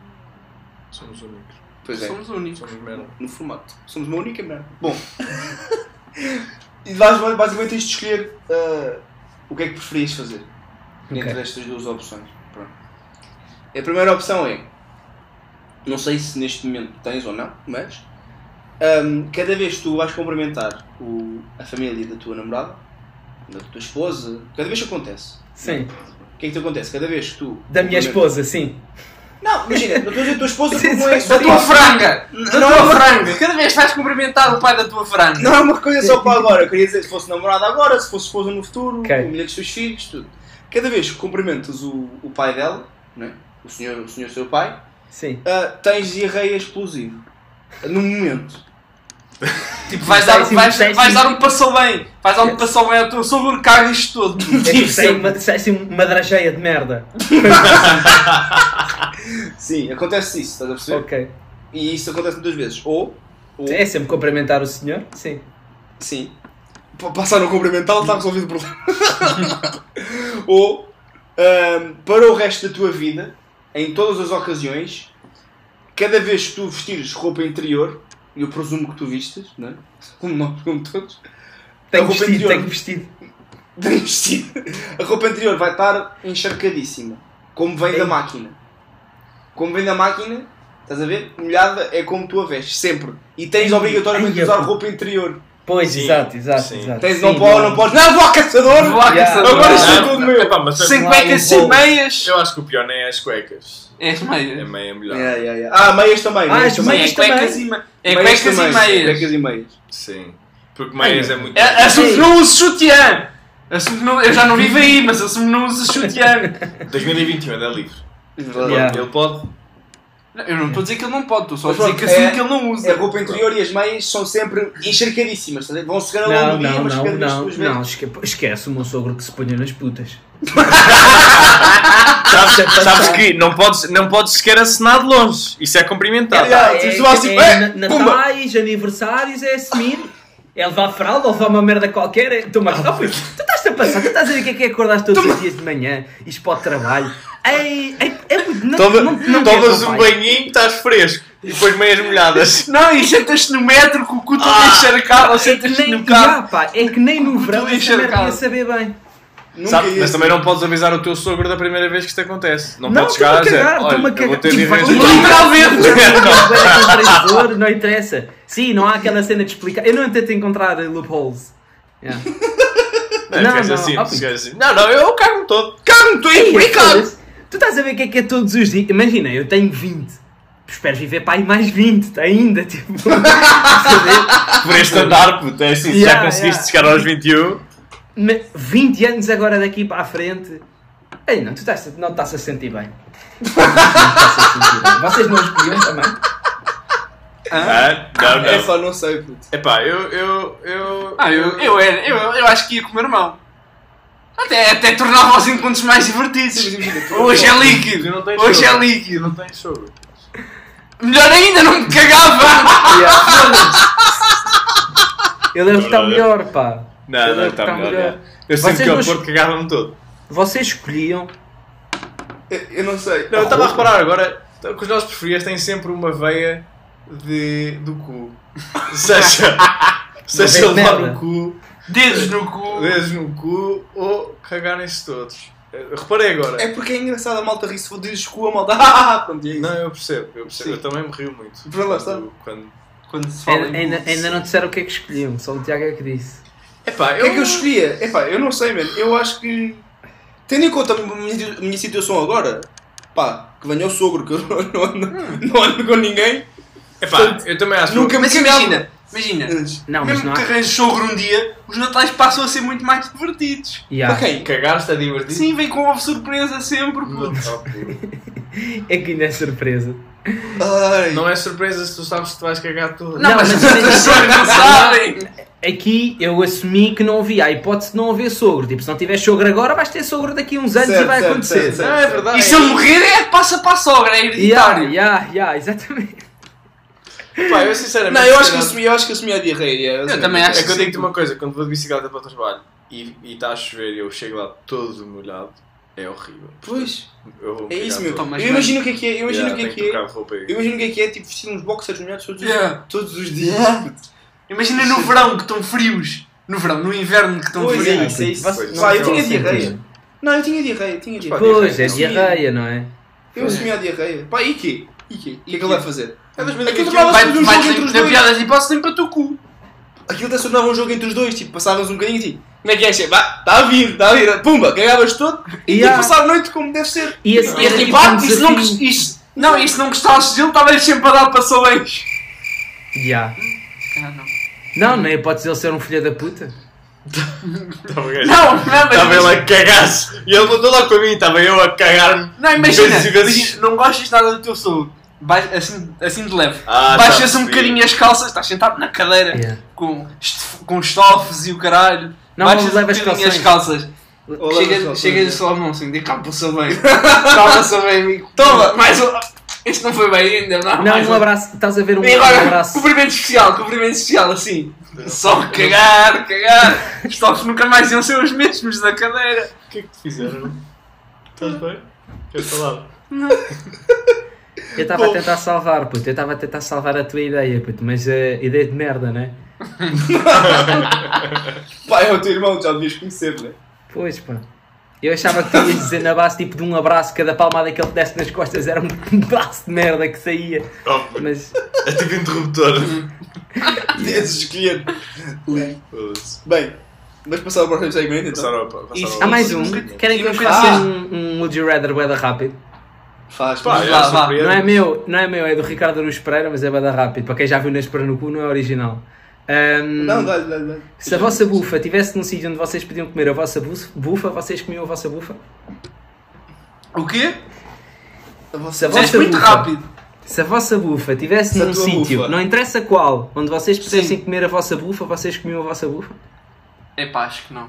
S8: Somos únicos.
S1: Pois é.
S4: Somos únicos.
S8: Somos merda.
S1: no formato. Somos uma única merda. Bom. e bas- basicamente tens de escolher ah, o que é que preferias fazer entre
S2: Ok.
S1: estas duas opções. Pronto. A primeira opção é. Não sei se neste momento tens ou não, mas ahm, cada vez que tu vais cumprimentar o- a família da tua namorada, da tua esposa, cada vez que acontece.
S2: Sim.
S1: O que é que te acontece? Cada vez que tu.
S2: Da minha
S1: cumprimentas-
S2: esposa, sim.
S1: Não, imagina, não estou a dizer a tua esposa
S2: Sim,
S1: porque não é
S2: sim.
S1: só
S4: Da tua franga! Da tua
S1: não. é
S4: franga! Cada vez que vais cumprimentar o pai da tua franga.
S1: Não é uma coisa só para agora. Eu queria dizer se fosse namorada agora, se fosse esposa no futuro,
S2: Ok.
S1: a mulher dos teus filhos, tudo. Cada vez que cumprimentas o, o pai dela, né? o, senhor, o senhor seu pai,
S2: Sim.
S1: ah, tens diarreia explosiva. No momento.
S4: Tipo, vais dar,
S2: Sim,
S4: vais,
S2: sim, sim.
S4: vais dar um passou bem. Vais dar um passou bem ao teu sogro, caga isto todo.
S2: É que sai uma, sai assim uma drageia de merda.
S1: Sim, acontece isso, estás a perceber?
S2: Ok.
S1: E isso acontece muitas vezes. Ou, ou
S2: É sempre cumprimentar o senhor? Sim.
S1: sim, pa- passar no cumprimental está resolvido o problema. ehm, ou, ah, para o resto da tua vida, em todas as ocasiões, cada vez que tu vestires roupa interior, e eu presumo que tu vistes, não é? Como nós, como todos,
S2: Tenho
S1: a roupa
S2: vestido,
S1: interior.
S2: tenho vestido.
S1: bem vestido, a roupa interior vai estar encharcadíssima, como vem da
S2: Ei.
S1: máquina. Como vem da máquina, estás a ver? Molhada é como tu a vestes, sempre. E tens
S2: Ei,
S1: obrigatoriamente de
S2: ai,
S1: usar
S2: eu-
S1: roupa interior.
S2: Pois,
S3: Sim,
S2: exato, exato,
S3: sim.
S2: exato.
S1: Tens,
S2: Sim,
S1: não, podes, não podes, não, vou ao caçador!
S4: Vou à
S2: Yeah.
S4: caçadora.
S1: Agora isto é
S3: Não,
S1: tudo meu!
S3: epá, mas eu-
S4: Sem cuecas, sem meias.
S3: Eu acho que o pior nem é as cuecas.
S4: É as
S3: É
S4: meias.
S3: meia melhor.
S1: Yeah, yeah, yeah. Ah, meias também.
S2: Ah, as
S1: também.
S2: meias
S4: é cuecas
S2: também.
S4: e meias. É cuecas e
S1: também,
S4: meias.
S1: Cuecas e meias.
S3: Sim. Porque meias é muito.
S4: É- Assumo que não uso chutiã. Assumo que não- Eu já não vivo aí, mas assumo que não uso chutiã.
S3: 2021 ele é livre.
S1: Verdade.
S2: Yeah.
S3: Ele pode.
S4: Não, Eu não estou a dizer que ele não pode, estou só a
S1: Mas
S4: dizer
S1: pronto,
S4: que assumo
S1: é-
S4: que ele não usa.
S1: A roupa interior e as meias são sempre encharcadíssimas, estás a ver? vão chegar ao
S2: Não,
S1: longo do um dia,
S2: não,
S1: mas cada
S2: não,
S1: vez que
S2: não,
S1: tu os vês.
S2: não, esque- esquece o meu sogro que se ponha nas putas.
S3: Sabes, sabes que não podes, não podes sequer acenar de longe. Isso é cumprimentar.
S1: Yeah, yeah. Ah, tipo, assim, eh,
S2: É, na-
S1: pumba!
S2: natais, aniversários, é assumir. É levar fralda ou levar uma merda qualquer. é- Toma, ah, pois, tu estás a passar, tu estás a ver o que é que é acordares todos os dias de manhã, isto para o trabalho. Ei, ei, é muito. Não,
S3: Toma-
S2: não, não
S3: Tomas
S2: queres,
S3: um
S2: não vais.
S3: banhinho, estás fresco. E depois meias molhadas.
S4: Não, e sentas-te no metro com o cu todo encharcado ou
S2: É que
S4: sentas-te
S2: nem,
S4: no carro.
S2: já, pá, é que nem no verão
S4: tudo
S2: essa merda ia
S4: encharcado.
S2: saber bem.
S1: Nunca
S3: Sabe?
S1: ia
S3: Mas
S1: ser.
S3: também não podes avisar o teu sogro da primeira vez que isto acontece. Não,
S2: Não,
S3: podes chegar a
S2: estou-me a
S3: dizer.
S2: cagar, estou-me a
S3: Olha, eu vou
S2: cagar." Tipo,
S3: ter de
S2: E vai-
S3: arranjar.
S4: Literalmente.
S2: Bué de contraditor, não interessa. Sim, não há aquela cena de explicar. Eu não tento encontrar loopholes. Yeah.
S3: Não,
S2: Não,
S3: não,
S2: não,
S3: assim,
S2: ó,
S3: ficas assim. não, não, eu cago-me todo. Cago-me, estou
S2: Ei,
S3: implicado.
S2: foda-se. Tu estás a ver o que é que é todos os dias? Imagina, eu tenho 20. Espero viver para aí mais 20 ainda. Tipo,
S3: Por este andar, puto, é assim, se
S2: Yeah,
S3: já conseguiste
S2: yeah.
S3: chegar aos 21.
S2: me- 20 anos agora daqui para a frente. Ei, não, tu estás, não estás a sentir bem. Não estás a sentir bem. Vocês não escolhiam também?
S3: Ah, não,
S1: É
S3: não.
S1: só, não sei, puto.
S3: Epá, eu. eu, eu
S4: Ah, eu, eu era, eu, eu acho que ia com o meu irmão. Até, até tornava os encontros mais divertidos. Hoje é líquido.
S3: Tu não tens
S4: Hoje é
S3: sogro.
S4: líquido.
S3: Não tens sogro.
S4: Melhor ainda, não me cagava.
S2: Eu lembro que está melhor, pá.
S3: Não,
S2: Eu
S3: não,
S2: lembro que
S3: está melhor. é. Eu
S2: Vocês
S3: sinto que o
S2: não-
S3: Porto cagava-me todo.
S2: Vocês escolhiam.
S1: Eu, eu não sei.
S3: Não, eu estava a reparar agora que os nossos preferidos têm sempre uma veia de, do cu. Seja, seja
S2: Uma veia de
S3: levar
S2: merda.
S3: no cu,
S4: Dedos no cu.
S3: dedos no cu ou cagarem-se todos. Eu Reparei agora.
S1: É porque é engraçado a malta rir se for dizes cu a malta. Ah, pronto, e é isso.
S3: Não, eu percebo, eu percebo.
S1: Sim.
S3: Eu também me rio muito.
S1: Para lá está.
S3: quando, quando...
S4: Quando se fala
S2: Ainda,
S4: em
S2: ainda-
S4: cu,
S2: ainda não disseram o que é que escolhiam, só o Tiago é que disse.
S3: Epá,
S1: O que é que eu escolhia? Epá, eu não sei, mano. Eu acho que. Tendo em conta a minha, a minha situação agora, pá, que venha o sogro, que eu não, não, não, não ando com ninguém.
S3: Epá, eu também acho
S1: Nunca me
S4: Mas
S1: cagava.
S4: imagina, imagina.
S2: Não, mas
S4: mesmo
S2: não
S4: que
S2: há.
S4: arranjes sogro um dia, os natais passam a ser muito mais divertidos.
S2: Yeah.
S1: Ok.
S3: Cagaste é a divertir?
S4: Sim, vem com uma surpresa sempre.
S3: Não,
S4: puto.
S3: oh, puto.
S2: É que ainda é surpresa.
S1: Ai.
S3: Não é surpresa se tu sabes que tu vais cagar todo.
S4: Não,
S2: Não,
S4: mas
S2: mas
S4: os
S2: isso-
S4: teus sogros não sabem.
S2: Aqui eu assumi que não havia a hipótese de não haver sogro. Tipo, se não tiver sogro agora, vais ter sogro daqui a uns anos
S1: Certo,
S2: e vai
S1: certo,
S2: acontecer.
S1: certo, certo.
S3: Não, é verdade.
S4: E se ele morrer é que passa para a sogra, é hereditário.
S2: Yeah, yeah, yeah, exatamente.
S3: é- Epá, eu sinceramente.
S1: Não, eu acho que
S3: sinceramente-
S1: assumi, eu acho que assumi a diarreia.
S4: Eu também acho
S3: É que eu
S4: sim.
S3: digo-te uma coisa, quando vou de bicicleta para o trabalho e e está a chover e eu chego lá todo molhado, é horrível.
S1: Pois,
S3: Eu vou
S1: é isso, meu.
S4: Então, mas
S1: Eu imagino o que é que é, eu imagino o que é que é. Eu
S3: é.
S1: imagino o que é que é, tipo, vestir uns boxers molhados todos, os-
S4: Yeah.
S1: todos os dias.
S4: Imagina no verão que estão frios. No verão, no inverno que estão
S1: Pois é,
S4: frios.
S1: isso, é isso.
S2: Vocês-
S1: Pá, eu
S2: não
S1: tinha
S2: fazem
S1: diarreia.
S2: sentido.
S1: Não, eu tinha diarreia, tinha diarreia.
S2: Pois, é
S3: Sim.
S2: diarreia, não é?
S1: Eu assumi a diarreia. Pá, e quê? E quê? O que é que ele vai fazer? Aquilo
S4: Vai,
S1: tornava-se um
S4: vai
S1: jogo entre os
S4: ter
S1: dois.
S4: piadas e posso limpa teu cu.
S1: Aquilo até se tornava um jogo entre os dois. Tipo, passavas um bocadinho e tipo, como é que é? Che? Vá, está a vir, está a vir. tá Pumba, cagavas todo e yeah.
S2: Yeah.
S1: passar a noite como deve ser.
S2: E esse,
S4: E
S2: era
S4: assim,
S2: tipo
S4: pá,
S2: um
S4: isso
S2: desafio.
S4: não, gost- isso, não, isso não gostasses dele, talvez sempre a dar passões.
S2: Yeah. Não, não é hipótese ele ser um filho da puta.
S4: Não, não, mas.
S3: Estava ele a cagar-se e ele botou lá comigo, estava eu a cagar-me.
S4: Não, imagina,
S3: Vezes e vezes.
S4: imagina, não gostas nada do teu sogro. Vai- Assim, assim de leve.
S3: Ah,
S4: Baixas
S3: tá,
S4: um
S3: sim.
S4: bocadinho as calças, estás sentado na cadeira
S2: Yeah.
S4: com, est- com estofes e o caralho.
S2: Não,
S4: Baixas
S2: não leva
S4: um
S2: as
S4: bocadinho as
S2: calções.
S4: calças.
S1: Ou leva as
S4: Chega-
S1: calções,
S4: Chega-lhe
S1: é.
S4: só a mão assim, de cá, passa bem. Calma-se bem, amigo. Toma, mais um. Este não foi bem ainda, não.
S2: Não,
S4: Ah, mais
S2: um abraço. Estás a ver um,
S4: E
S2: um
S4: agora,
S2: abraço.
S4: cumprimento especial, cumprimento especial, assim. Só cagar, cagar. Os toques nunca mais iam ser os mesmos da cadeira.
S3: O que é que te fizeram? Estás bem? Queres falar?
S2: Eu estava a tentar salvar, puto. Eu estava a tentar salvar a tua ideia, puto. Mas a ideia de merda, né?
S1: Pá, é o teu irmão, já devias conhecer, né?
S2: Pois, pá. Eu achava que tu ias dizer na base, tipo, de um abraço, cada palmada que ele te desse nas costas era um braço de merda que saía.
S3: Oh,
S2: Mas,
S3: é tipo interruptor.
S1: Desses escolher.
S3: Foda-se.
S1: Bem, vamos passar ao próximo segmento então.
S3: Passar ao- passar ao-
S2: há mais um. Querem que eu faça
S1: Ah!
S2: um, um Would You Rather Weather rápido?
S1: Faz,
S3: Pá,
S1: pá.
S3: é,
S4: Vá, vá.
S3: surpreende.
S2: Não é meu, não é meu, é do Ricardo Aruz Pereira, mas é bada rápido. Para quem já viu na Espera no Cu, não é original. Ahm,
S1: Não, dá, dá, dá.
S2: se a vossa bufa estivesse num sítio onde vocês podiam comer a vossa buf- bufa, vocês comiam a vossa bufa?
S4: O quê?
S2: Se a
S4: Dizeste
S2: vossa
S4: muito
S2: bufa,
S4: rápido.
S2: Se a vossa bufa estivesse
S1: Se a
S2: num
S1: tua
S2: sítio,
S1: bufa.
S2: não interessa qual, onde vocês pudessem
S4: Sim.
S2: comer a vossa bufa, vocês comiam a vossa bufa?
S4: Epá, acho que não.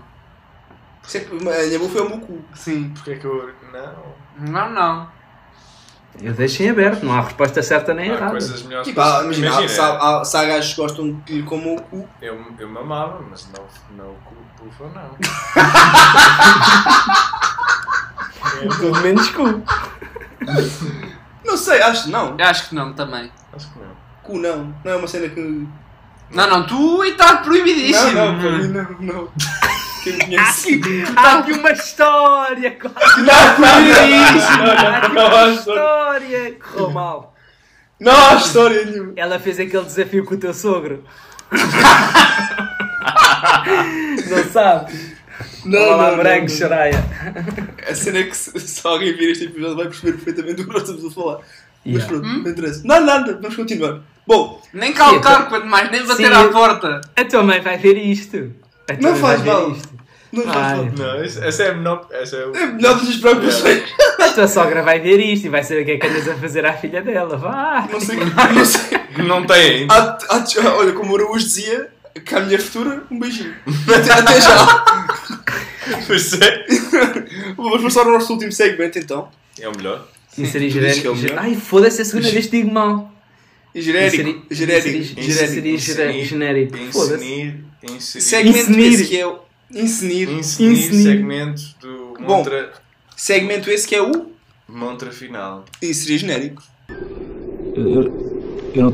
S1: Isso é que- A minha bufa é o meu cu.
S4: Sim.
S3: Porque é que eu. Não.
S4: Não, não.
S2: Eu deixo em aberto, não há resposta certa nem
S3: Há
S2: errada.
S3: coisas melhores.
S1: Tipo, há- imagina,
S3: Imagina,
S1: há- se há, há, se há gajos que gostam de lhe como o cu.
S3: Eu, eu mamava, mas não, não cu- bufa, não.
S2: Tudo menos cu.
S1: Não sei, acho não.
S4: Eu acho que não também.
S3: Acho que não.
S1: Cu não. Não é uma cena que. Não,
S4: Não, não, tu está proibidíssimo.
S1: não, para mim não, não. Quem me conhece.
S2: Há aqui uma história!
S1: Não, não, não,
S2: Há aqui uma história! Correu mal.
S1: não há história nenhuma.
S2: Ela fez aquele desafio com o teu sogro. não sabes?
S1: Não,
S2: Olá,
S1: não,
S2: branco,
S1: não, não.
S2: choraia.
S1: A cena é que se, se alguém vir este episódio vai perceber perfeitamente o que nós estamos a falar. Mas
S2: Yeah.
S1: pronto, não interessa. Não, nada, vamos continuar. Bom,
S4: Nem calcar, quanto mais, nem bater
S2: então. Sim.
S4: à porta.
S2: A tua mãe vai ver isto. A tua
S1: Não
S2: mãe
S1: faz
S2: vai ver
S1: mal.
S2: isto.
S1: não
S2: Ai.
S1: faz falta.
S3: Não, isso- essa é a menor. Essa é o.
S1: É melhor das preocupações.
S2: A tua sogra vai ver isto e vai saber o que é que andas a fazer à filha dela. Vá!
S1: Não sei, não sei.
S3: Não tem ainda.
S1: Há- há- olha, como o Araújo dizia, que a minha futura, um beijinho. Até, até já.
S3: Pois é.
S1: Vamos passar ao nosso último segmento então.
S3: É o melhor.
S2: Inserir
S1: tu dizes que é
S2: genérico.
S1: o melhor.
S2: Ai, foda-se, é a segunda vez que digo mal.
S1: Genérico.
S2: Inseri-
S1: Genérico.
S2: inseri-
S1: Genérico.
S2: Inserir gera- genérico. Foda-se.
S3: Insinir. Insinir.
S1: Segmento
S2: Insenir.
S1: esse que é o. Insenir.
S3: Insinir
S2: Insinir.
S3: segmento do
S1: Bom.
S3: Montra.
S1: Segmento esse que é o.
S3: Montra final.
S1: Inserir genérico.
S6: Eu, eu não.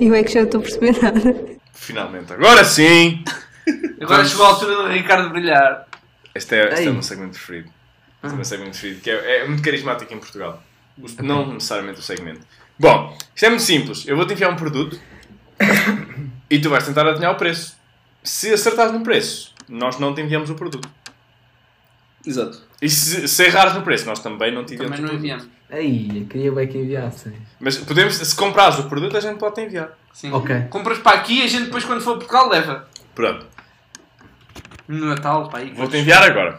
S7: Eu é que já não estou a perceber nada.
S3: Finalmente. Agora sim!
S4: Agora chegou a altura do Ricardo brilhar.
S3: Este é, este é
S2: Ei.
S3: o meu segmento preferido. Este é o
S4: Ah.
S3: meu segmento preferido, que é, é muito carismático em Portugal. O- Não necessariamente o segmento. Bom, isto é muito simples. Eu vou-te enviar um produto e tu vais tentar adivinhar o preço. Se acertares no preço, nós não te enviamos o produto.
S1: Exato.
S3: E se, se errares no preço, nós também não te enviamos
S4: Também
S3: o
S4: não
S3: produto.
S4: enviamos.
S2: Ai, eu queria bem que enviassem.
S3: Mas podemos, se comprares o produto, a gente pode te enviar.
S4: Sim.
S2: Ok.
S4: Compras para aqui e a gente depois quando for a Portugal leva.
S3: Pronto,
S4: No Natal, para aí.
S3: vou-te enviar agora.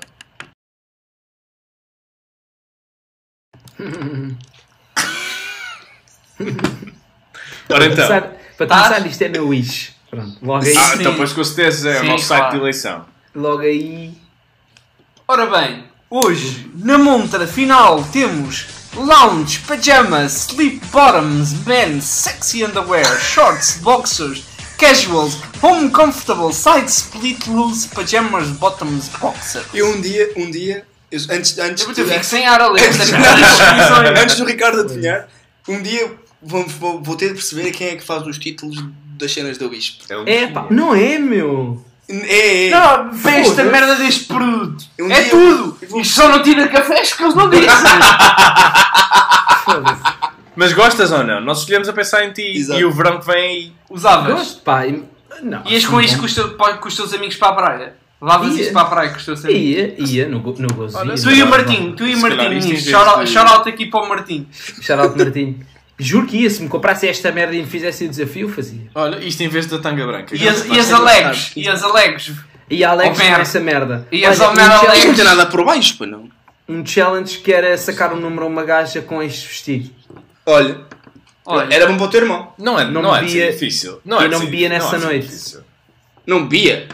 S3: Ora então.
S2: Começar- para começar, isto é na Wish. Pronto, logo aí.
S3: Ah,
S4: Sim.
S3: então pois com certeza é o
S4: Sim,
S3: nosso
S4: claro.
S3: site de eleição.
S2: Logo aí.
S4: Ora bem, hoje, na montra final, temos lounge, pajamas, sleep bottoms, men, sexy underwear, shorts, boxers, casuals, home comfortable, side split rules, pajamas, bottoms, boxer.
S1: Eu um dia, um dia, eu- antes, antes,
S4: Eu
S1: de-
S4: fico sem ar a ler estas
S1: antes do Ricardo adivinhar, um dia vou, vou, vou ter de perceber quem é que faz os títulos das cenas da Wisp.
S3: É um
S2: É pá, não é, meu!
S1: É, é.
S4: Não, vê esta
S2: Foda-se.
S4: merda deste produto.
S1: Um
S4: é
S1: dia-
S4: tudo. Isto só não tira cafés que eles não dizem.
S2: Foda-se.
S3: Mas gostas ou não? Nós escolhemos a pensar em ti
S1: Exato.
S3: e o verão que vem aí.
S4: Usavas.
S2: Gosto, pá. e- Não,
S4: Ias Ah, com isto com os, teus, pa- com os teus amigos para a praia. Lavas
S2: Ia.
S4: isto para a praia com os teus amigos.
S2: Ia, ia, no, go- no gozo.
S3: Olha,
S2: ia.
S3: se
S4: Tu e o Martim, tu e o
S3: é Se calhar
S4: Martim
S3: isto
S4: nisso.
S3: em
S4: Shout out-
S3: vez de-
S4: shout out aqui para o Martim.
S2: Shout-out Martim. Juro que ia, se me comprasse esta merda e me fizesse o desafio, fazia.
S3: Olha, isto em vez da tanga branca.
S4: E as, e as Alex, e as Alex.
S2: E a Alex
S4: Oh, merda.
S2: com essa merda.
S4: E as
S2: Olha,
S4: Homero
S2: um challenge-
S4: Alex.
S1: É Não tem nada por baixo, pô, não.
S2: um challenge que era sacar um número a uma gaja com este vestido.
S1: Olha,
S4: Olha,
S1: era bom para o teu irmão.
S3: Não é,
S2: Não
S3: não é de ser
S2: bebia-
S3: difícil. Não
S2: e
S3: é de
S2: não
S3: ser
S2: bebia
S3: difícil.
S2: nessa
S3: Não é de ser
S2: noite.
S3: difícil.
S1: Não bebia.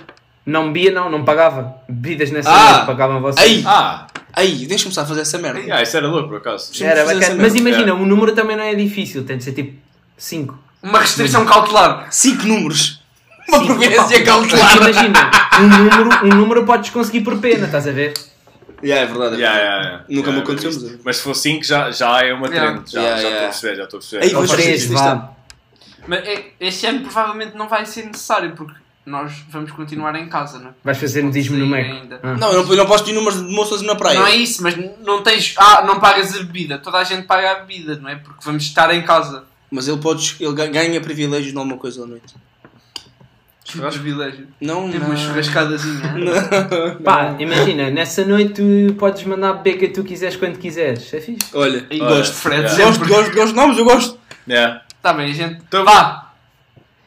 S2: Não bebia, não, não pagava. Bebidas nessa
S1: Ah!
S2: noite pagavam vocês.
S1: Aí,
S3: Ah,
S1: aí, deixa-me começar a fazer essa merda.
S3: yeah, isso era louco por acaso.
S2: Era
S1: Sim,
S2: bacana.
S1: sim,
S2: Mas
S1: sim.
S2: imagina,
S3: É.
S2: o número também não é difícil, tem de ser tipo 5.
S4: uma restrição cautelar.
S1: Cinco números. Uma
S2: Sim,
S1: província
S2: Mas
S1: cautelar.
S2: imagina, um número, um número podes conseguir por pena, estás a ver?
S1: Yeah, é verdade. é verdade.
S3: Yeah, yeah, yeah.
S1: Nunca me
S3: Yeah,
S1: aconteceu,
S3: mas
S1: mas-
S3: isto- Mas se for 5 já, já é uma
S4: Yeah.
S3: trend. Já
S1: Yeah,
S3: já estou
S1: yeah.
S3: a perceber, já estou a
S1: Aí
S3: perceber.
S2: Ou
S1: vou
S2: três, vá.
S4: Mas é- este ano provavelmente não vai ser necessário, porque nós vamos continuar em casa, não é?
S2: Vais fazer nudismo no
S4: Sim,
S2: Mac.
S4: ainda.
S2: Ah.
S1: Não, eu não, eu não posso ir números de moças na
S3: Ah,
S1: praia.
S4: Não é isso, mas não tens. Ah, não pagas a bebida. Toda a gente paga a bebida, não é? Porque vamos estar em casa.
S1: Mas ele, pode, ele ga- ganha privilégios de alguma coisa à noite.
S4: Tipo privilégio.
S1: Não,
S4: Tipo
S1: não.
S4: uma churrascadazinha.
S2: Pá, imagina, nessa noite tu podes mandar beber que tu quiseres quando quiseres. É fixe.
S1: Olha,
S4: Aí
S3: Olha,
S4: gosto de Fred.
S3: yeah.
S1: gosto,
S4: Sempre.
S1: gosto, gosto. Não, mas eu gosto.
S3: Yeah.
S4: Tá bem, gente.
S3: Então
S4: Vá!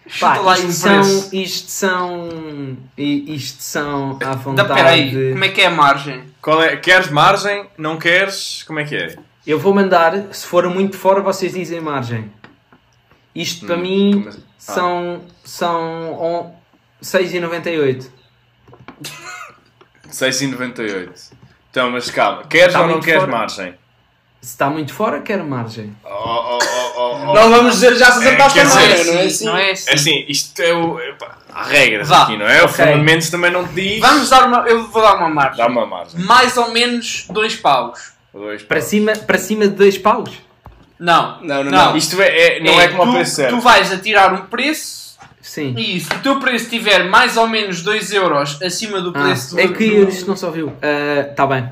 S4: Chuta
S2: Pá,
S4: lá aí um
S2: isto são,
S4: preço.
S2: isto são. i- Isto são à
S4: Da, peraí,
S2: vontade.
S4: como é que é a margem?
S3: Qual é? Queres margem? Não queres? Como é que é?
S2: Eu vou mandar, se forem muito fora, vocês dizem margem. Isto
S4: Hum,
S2: para mim
S4: assim?
S3: como é- Ah.
S2: são, são on- 6,98.
S3: 6,98. Então, mas calma. Queres
S2: Tá
S3: ou não
S2: muito
S3: queres
S2: fora.
S3: margem?
S2: Se está muito fora, quero margem.
S3: Oh, oh, oh, oh, oh.
S1: Não vamos dizer já se
S3: É,
S1: acertaste
S3: quer
S1: a
S3: dizer,
S1: praia, não é assim?
S4: Não é assim.
S3: É assim, isto é o. epá, há regras
S4: Vá,
S3: aqui, não é? O
S2: ok.
S3: fundamento também não te diz.
S4: Vamos dar uma. Eu vou dar uma margem.
S3: Dá uma margem.
S4: Mais ou menos dois paus.
S3: Dois.
S2: Para cima, para cima de dois paus?
S4: Não.
S1: Não, não, não.
S3: Isto é, é- não é, como
S4: tu,
S3: o preço certo.
S4: tu vais atirar um preço
S2: Sim.
S4: e se o teu preço tiver mais ou menos 2 euros acima do
S2: Ah,
S4: preço do,
S2: é que
S4: do-
S2: isto não se ouviu. Está bem.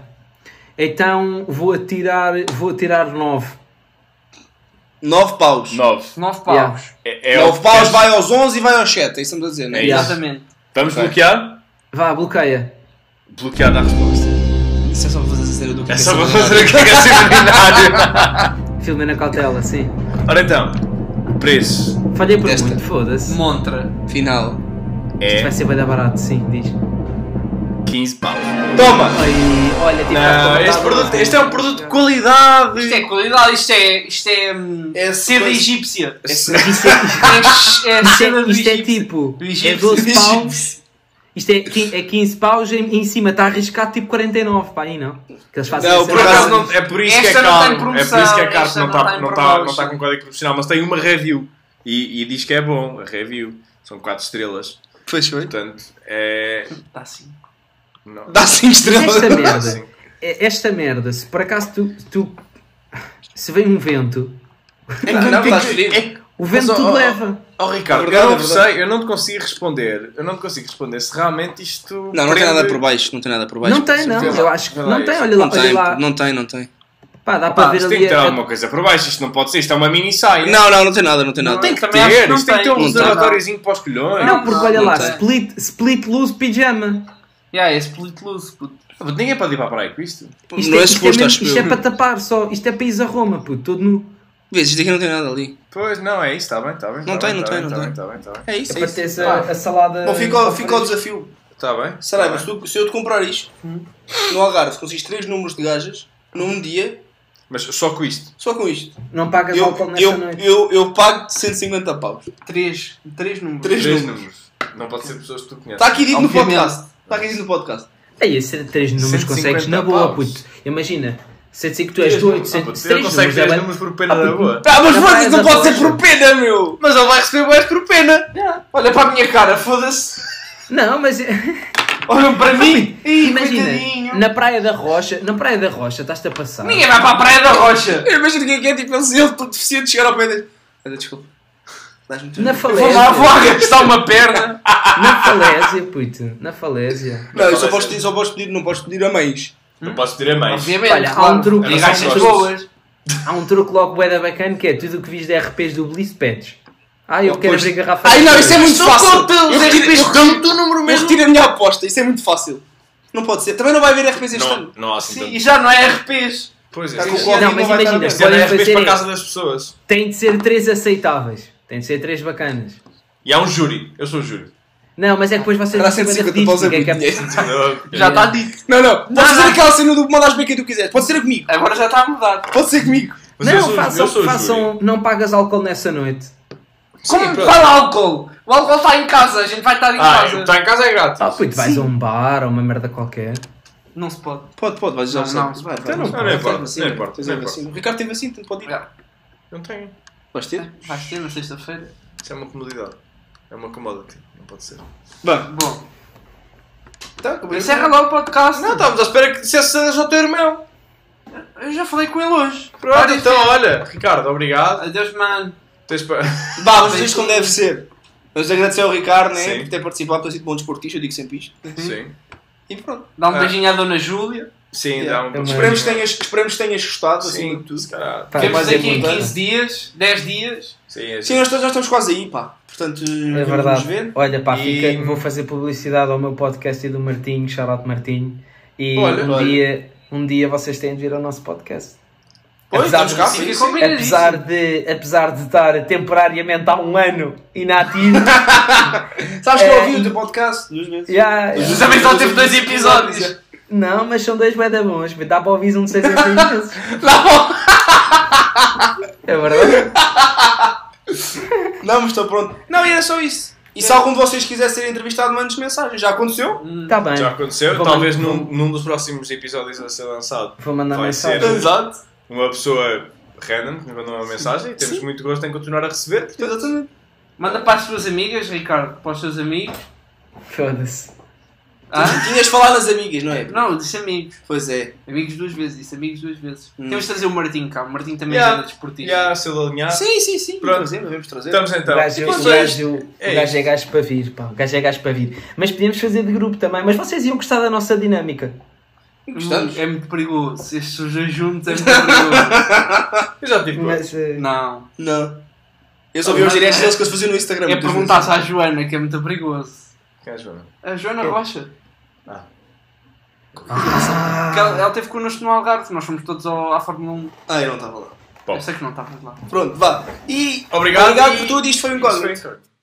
S2: Então vou atirar, vou atirar 9.
S1: Nove paus.
S3: 9.
S4: 9 paus.
S2: Yeah.
S3: É, é
S1: Nove
S3: o-
S1: paus vai aos 11 e vai aos 7. É isso que estamos a dizer, não é?
S3: É isso.
S4: Exatamente.
S3: Vamos
S1: Ok.
S3: bloquear?
S2: Vá, bloqueia.
S3: Bloquear a resposta.
S1: Isso é só para fazer a cena do que
S3: É só para fazer o que é que é seminário.
S2: Filma na cautela, sim.
S3: Ora então, o preço
S2: Falhei por
S1: Desta.
S2: muito, foda-se.
S4: Montra.
S1: Final.
S3: é
S2: Vai ser bem barato, sim, diz.
S3: 15 paus.
S1: Toma!
S2: Ai, olha, tipo,
S3: Não, este, produto, este é um produto de qualidade.
S4: Isto é qualidade, isto é. Isto é. hum,
S1: É
S4: seda
S1: coisa-
S4: egípcia.
S1: Esse-
S2: Isto é,
S4: É, é
S2: isto
S4: seda
S2: é,
S4: do
S2: isto é
S4: egípcio.
S2: tipo.
S4: Do
S2: É
S4: egípcio.
S2: 12 paus. Isto é, quin- é 15 paus em, em cima, está arriscado tipo 49, pá, aí não? Que eles fazem
S1: Não,
S2: essa-
S3: Por acaso
S1: Esta
S3: não, é por isso que é
S4: não
S3: caro.
S4: tem promoção,
S3: é por isso que é caro que
S4: esta
S3: não
S4: não
S3: está
S4: tem
S3: não tá, não
S4: promoção.
S3: tá com código profissional, mas tem uma review. E, e diz que é bom, a review. São 4 estrelas.
S1: Pois foi.
S3: Portanto, é.
S4: Tá assim.
S3: Não. assim.
S1: Dá 5
S2: Mas
S1: estrelas.
S2: esta merda,
S3: Sim.
S2: é- esta merda, se por acaso tu, tu se vem um vento,
S1: Não, não, estás ferido.
S3: é,
S2: o vento
S3: Mas,
S2: tudo
S3: oh, oh,
S2: leva.
S3: oh Ricardo,
S1: Verdade,
S3: eu não
S1: é verdade.
S3: sei, eu não te consigo responder. Eu não te consigo responder se realmente isto.
S1: Não, não tem
S3: prende-
S1: nada por baixo. Não tem nada por baixo.
S2: Não tem, não,
S3: certeza.
S2: eu acho que
S3: Vê lá
S2: não
S3: isso.
S2: tem, olha lá,
S1: Não
S2: olha
S1: tem,
S2: lá.
S1: não tem, não tem.
S2: Pá, dá
S3: Pá,
S2: para ver
S3: isto tem que
S2: ali
S3: ter
S2: a-
S3: alguma coisa por baixo, isto não pode ser, isto é uma mini saia.
S1: Não, não, não tem nada, não tem nada.
S4: Não, eu também acho que
S3: ter,
S4: não
S3: isto tem que ter um
S4: tem.
S1: Não tem.
S3: reservatóriozinho para os colhões.
S2: Não, porque
S4: Não,
S2: olha
S1: não
S2: lá,
S1: tem.
S2: split, split loose pijama.
S4: Yeah, é split loose, puto.
S3: Ah, Ninguém pode ir para a praia com isto.
S2: Isto,
S1: não é
S2: isto
S1: suposto,
S2: mesmo-
S1: acho
S2: Isto é
S1: eu.
S2: para tapar só, isto é para ir a Roma, puto, todo nu.
S1: Vês, isto aqui não tem nada ali.
S3: Pois, não, é isso, está bem, está bem.
S1: Não
S3: tá
S1: tem,
S3: bem,
S1: não
S3: tá
S1: tem, não
S3: bem, tá
S1: tem.
S3: bem, Está bem, está bem.
S1: É isso,
S2: É para teres
S3: Ah.
S2: a, a salada.
S1: Bom, fica, o- fica o desafio.
S3: Está bem.
S1: Saraiva,
S3: tá
S1: se,
S3: bem.
S1: tu- se eu te comprar isto,
S2: Hum?
S1: no Algarve, consegues 3 números de gajas num dia,
S3: Mas só com isto.
S1: só com isto.
S2: Não pagas
S1: Eu,
S2: álcool É nessa
S1: eu,
S2: noite.
S1: eu, eu pago 150 paus.
S4: Três. Três números.
S1: Três
S3: Três
S1: números.
S3: números. Não pode ser pessoas que tu conheces.
S1: Está Tá aqui dito no
S2: Obviamente.
S1: podcast. Está aqui dito no podcast.
S2: Aí, esse É três números
S3: 150
S2: consegues na boa,
S3: paus.
S2: puto. Imagina, 105 tu
S3: Três
S2: és
S3: números.
S2: 8,
S3: Ah, putz,
S2: 103
S3: Eu consigo
S2: é
S3: três
S2: bem-
S3: números por pena da boa.
S1: Ah, mas
S2: Na praia
S1: vocês não
S2: da
S1: pode ser
S2: Bocha.
S1: por pena, meu!
S3: Mas ele vai receber mais por pena.
S4: Yeah. Olha para a minha cara, foda-se.
S2: Não, mas.
S4: Olham para mim. Ih,
S2: Imagina,
S4: coitadinho.
S2: na Praia da Rocha, na Praia da Rocha estás-te a passar.
S4: Ninguém vai para a Praia da Rocha.
S1: Imagina quem é que é, tipo, ele ele todo deficiente chegar ao pé dele. Olha, desculpa. Dás-me tudo.
S2: Na
S4: Vou lá, vou
S2: falésia.
S4: arrastar uma perna.
S2: Na falésia, puto. Na falésia.
S1: Não, eu só posso, pedir, só posso pedir, não posso pedir a mães.
S3: Não posso ter a mais.
S4: Obviamente,
S2: Olha, há
S4: claro.
S2: um truque.
S4: Tem gajas
S3: Gostas.
S4: boas.
S2: Há um truque logo bué da bacana que é tudo o que vis de RPs do Bliss Pets. Ah, eu quero
S1: pois.
S2: abrir garrafa.
S1: Ai não, isso é muito
S4: Sou
S1: fácil.
S4: contra os
S1: Eu retiro-
S4: RPs,
S1: eu retiro- Eu
S4: tipo,
S1: retiro a minha aposta, isso é muito fácil. Não pode ser. Também não vai haver RPs este
S3: Não,
S1: ano.
S3: não há assim
S4: Sim,
S3: tanto.
S4: e já não é RPs.
S3: Pois é.
S1: Está com o
S3: Este
S1: Covid,
S2: Não, mas
S1: vai estar
S2: imagina,
S1: a ver.
S2: Podem
S3: ano é RPs para
S2: fazer-
S3: a casa das pessoas.
S2: Tem de ser três aceitáveis. Tem de ser três bacanas.
S3: E há um júri. Eu sou o júri.
S2: Não, mas é que depois vocês
S1: Será
S2: não sabem
S1: 150
S2: disto,
S1: paus é
S2: ninguém
S1: muito
S2: quer-
S1: dinheiro.
S4: Já está dito.
S1: Não, não. Podes
S4: Não,
S1: fazer
S4: não.
S1: aquela cena do mandas bem quem tu quiseres. Pode ser comigo.
S4: Agora já está a mudar.
S1: Pode ser comigo.
S3: Mas eu
S2: Não,
S3: sou- eu sou
S2: façam,
S3: o júri.
S2: façam, não pagas álcool nessa noite.
S4: Como
S3: pronto.
S4: qual álcool? O álcool está em casa, a gente vai estar em
S3: Ah,
S4: casa.
S3: está em casa é grátis.
S2: Ah, puto, vais a um bar ou uma merda qualquer.
S4: Não se pode.
S1: Pode, pode, vais já
S4: Não,
S1: sabe.
S4: não.
S1: Vai,
S3: Então não,
S1: vai.
S3: não
S1: Tens
S3: importa,
S1: vacina,
S3: não importa,
S1: tens
S3: não
S1: a
S3: importa.
S1: vacina. O Ricardo tem vacina, então pode ir.
S3: Não tenho.
S1: Vais ter?
S4: Vais ter na sexta-feira?
S3: Isso é uma comodidade. É uma commodity. Não pode ser.
S1: Bom,
S4: Bom,
S3: Tá, como é que-
S4: Encerra lá o podcast.
S3: Não, estávamos à espera que dissesse cenas ao teu irmão.
S4: Eu já falei com ele hoje.
S3: Pronto,
S4: Várias
S3: então,
S4: vezes.
S3: olha, Ricardo, obrigado.
S4: Adeus, mano.
S3: Tens pa-
S4: Bah,
S3: um
S1: Mas isto como deve ser. Vamos agradecer ao Ricardo, né?
S3: Sim.
S1: Por ter participado, por ter sido bom desportista, eu digo sempre isto.
S3: Sim.
S1: E pronto.
S4: Dá um
S3: Ah.
S4: beijinho à Dona Júlia.
S3: Sim,
S1: Yeah.
S3: dá um
S2: Também.
S1: Esperemos que tenhas, esperemos que tenhas gostado, acima
S3: Sim,
S1: de tudo.
S3: se calhar.
S2: Pá,
S1: Que é
S4: Temos
S1: mais
S4: daqui a
S1: importante.
S4: 15 dias, 10 dias.
S3: Sim, é
S1: Sim, nós todos já estamos quase aí, pá. Portanto,
S2: É
S1: vamos
S2: verdade.
S1: ver.
S2: Olha, pá,
S3: E-
S2: fica- vou fazer publicidade ao meu podcast e do Martinho, Charlotte Martinho. E
S3: Olha,
S2: um,
S1: olha.
S2: Dia, um dia vocês têm de vir ao nosso podcast.
S3: Pois,
S2: apesar,
S3: estamos cá,
S2: de,
S3: sim,
S4: sim.
S2: apesar, de, apesar de estar temporariamente há um ano inativo.
S1: Sabes que eu
S2: É.
S1: ouvi o teu podcast duas vezes.
S2: yeah, yeah.
S4: Também só teve dois episódios.
S2: Não, mas são dois bué da bons. Dá para ouvir um de seis em seis meses.
S4: Não.
S2: É verdade.
S1: Não, mas estou pronto. Não, e era só isso. E se algum de vocês quiser ser entrevistado, mande-nos mensagem. Já aconteceu?
S2: Está Tá bem.
S3: Já aconteceu,
S2: Vou
S3: talvez
S2: mandar-
S3: num, num dos próximos episódios a ser lançado.
S2: Vou mandar
S3: Vai
S2: mensagem.
S3: ser.
S1: Exato.
S3: Uma pessoa random que nos mandou uma mensagem e temos muito gosto em continuar a receber.
S1: Exatamente.
S4: Manda para as suas amigas, Ricardo, para os seus amigos.
S2: Foda-se.
S4: Hã?
S1: Tinhas falado nas amigas, não é?
S4: Não, eu disse amigos.
S1: Pois é.
S4: Amigos duas vezes, disse amigos duas vezes.
S1: Hum.
S4: Temos de trazer o Martim cá. O Martim também
S3: Yeah.
S4: é desportista.
S3: Já, se ele alinhar.
S1: Sim, sim, sim.
S3: Pronto.
S1: Trazemos, devemos trazer.
S3: Estamos
S2: O
S3: então.
S2: gajo,
S3: E
S2: o,
S3: vocês?
S2: gajo,
S3: é
S2: o gajo é gajo para vir, pá. O gajo é gajo para vir. Mas podíamos fazer de grupo também. Mas vocês iam gostar da nossa dinâmica.
S3: Então,
S1: Gostamos.
S4: É muito perigoso. Estes dois juntos é muito perigoso.
S3: Eu já tive gosto.
S2: Mas, eh,
S4: Não.
S1: Não. Eu só vi os diretos deles que eles faziam no Instagram.
S4: É
S1: muitas
S4: perguntar-se à Joana, que é muito perigoso.
S3: Quem é, Joana?
S4: A Joana Rocha.
S2: ah,
S4: Porque ela, ela esteve connosco no Algarve. Nós fomos todos ao, à Fórmula 1.
S1: vezes. Ah, eu não estava lá.
S3: Bom.
S4: Eu sei que não estávamos lá.
S1: Pronto, vá. E
S3: Obrigado
S1: obrigado
S3: e-
S1: por tudo. Isto foi um
S3: Isso foi
S1: código.
S3: incrível.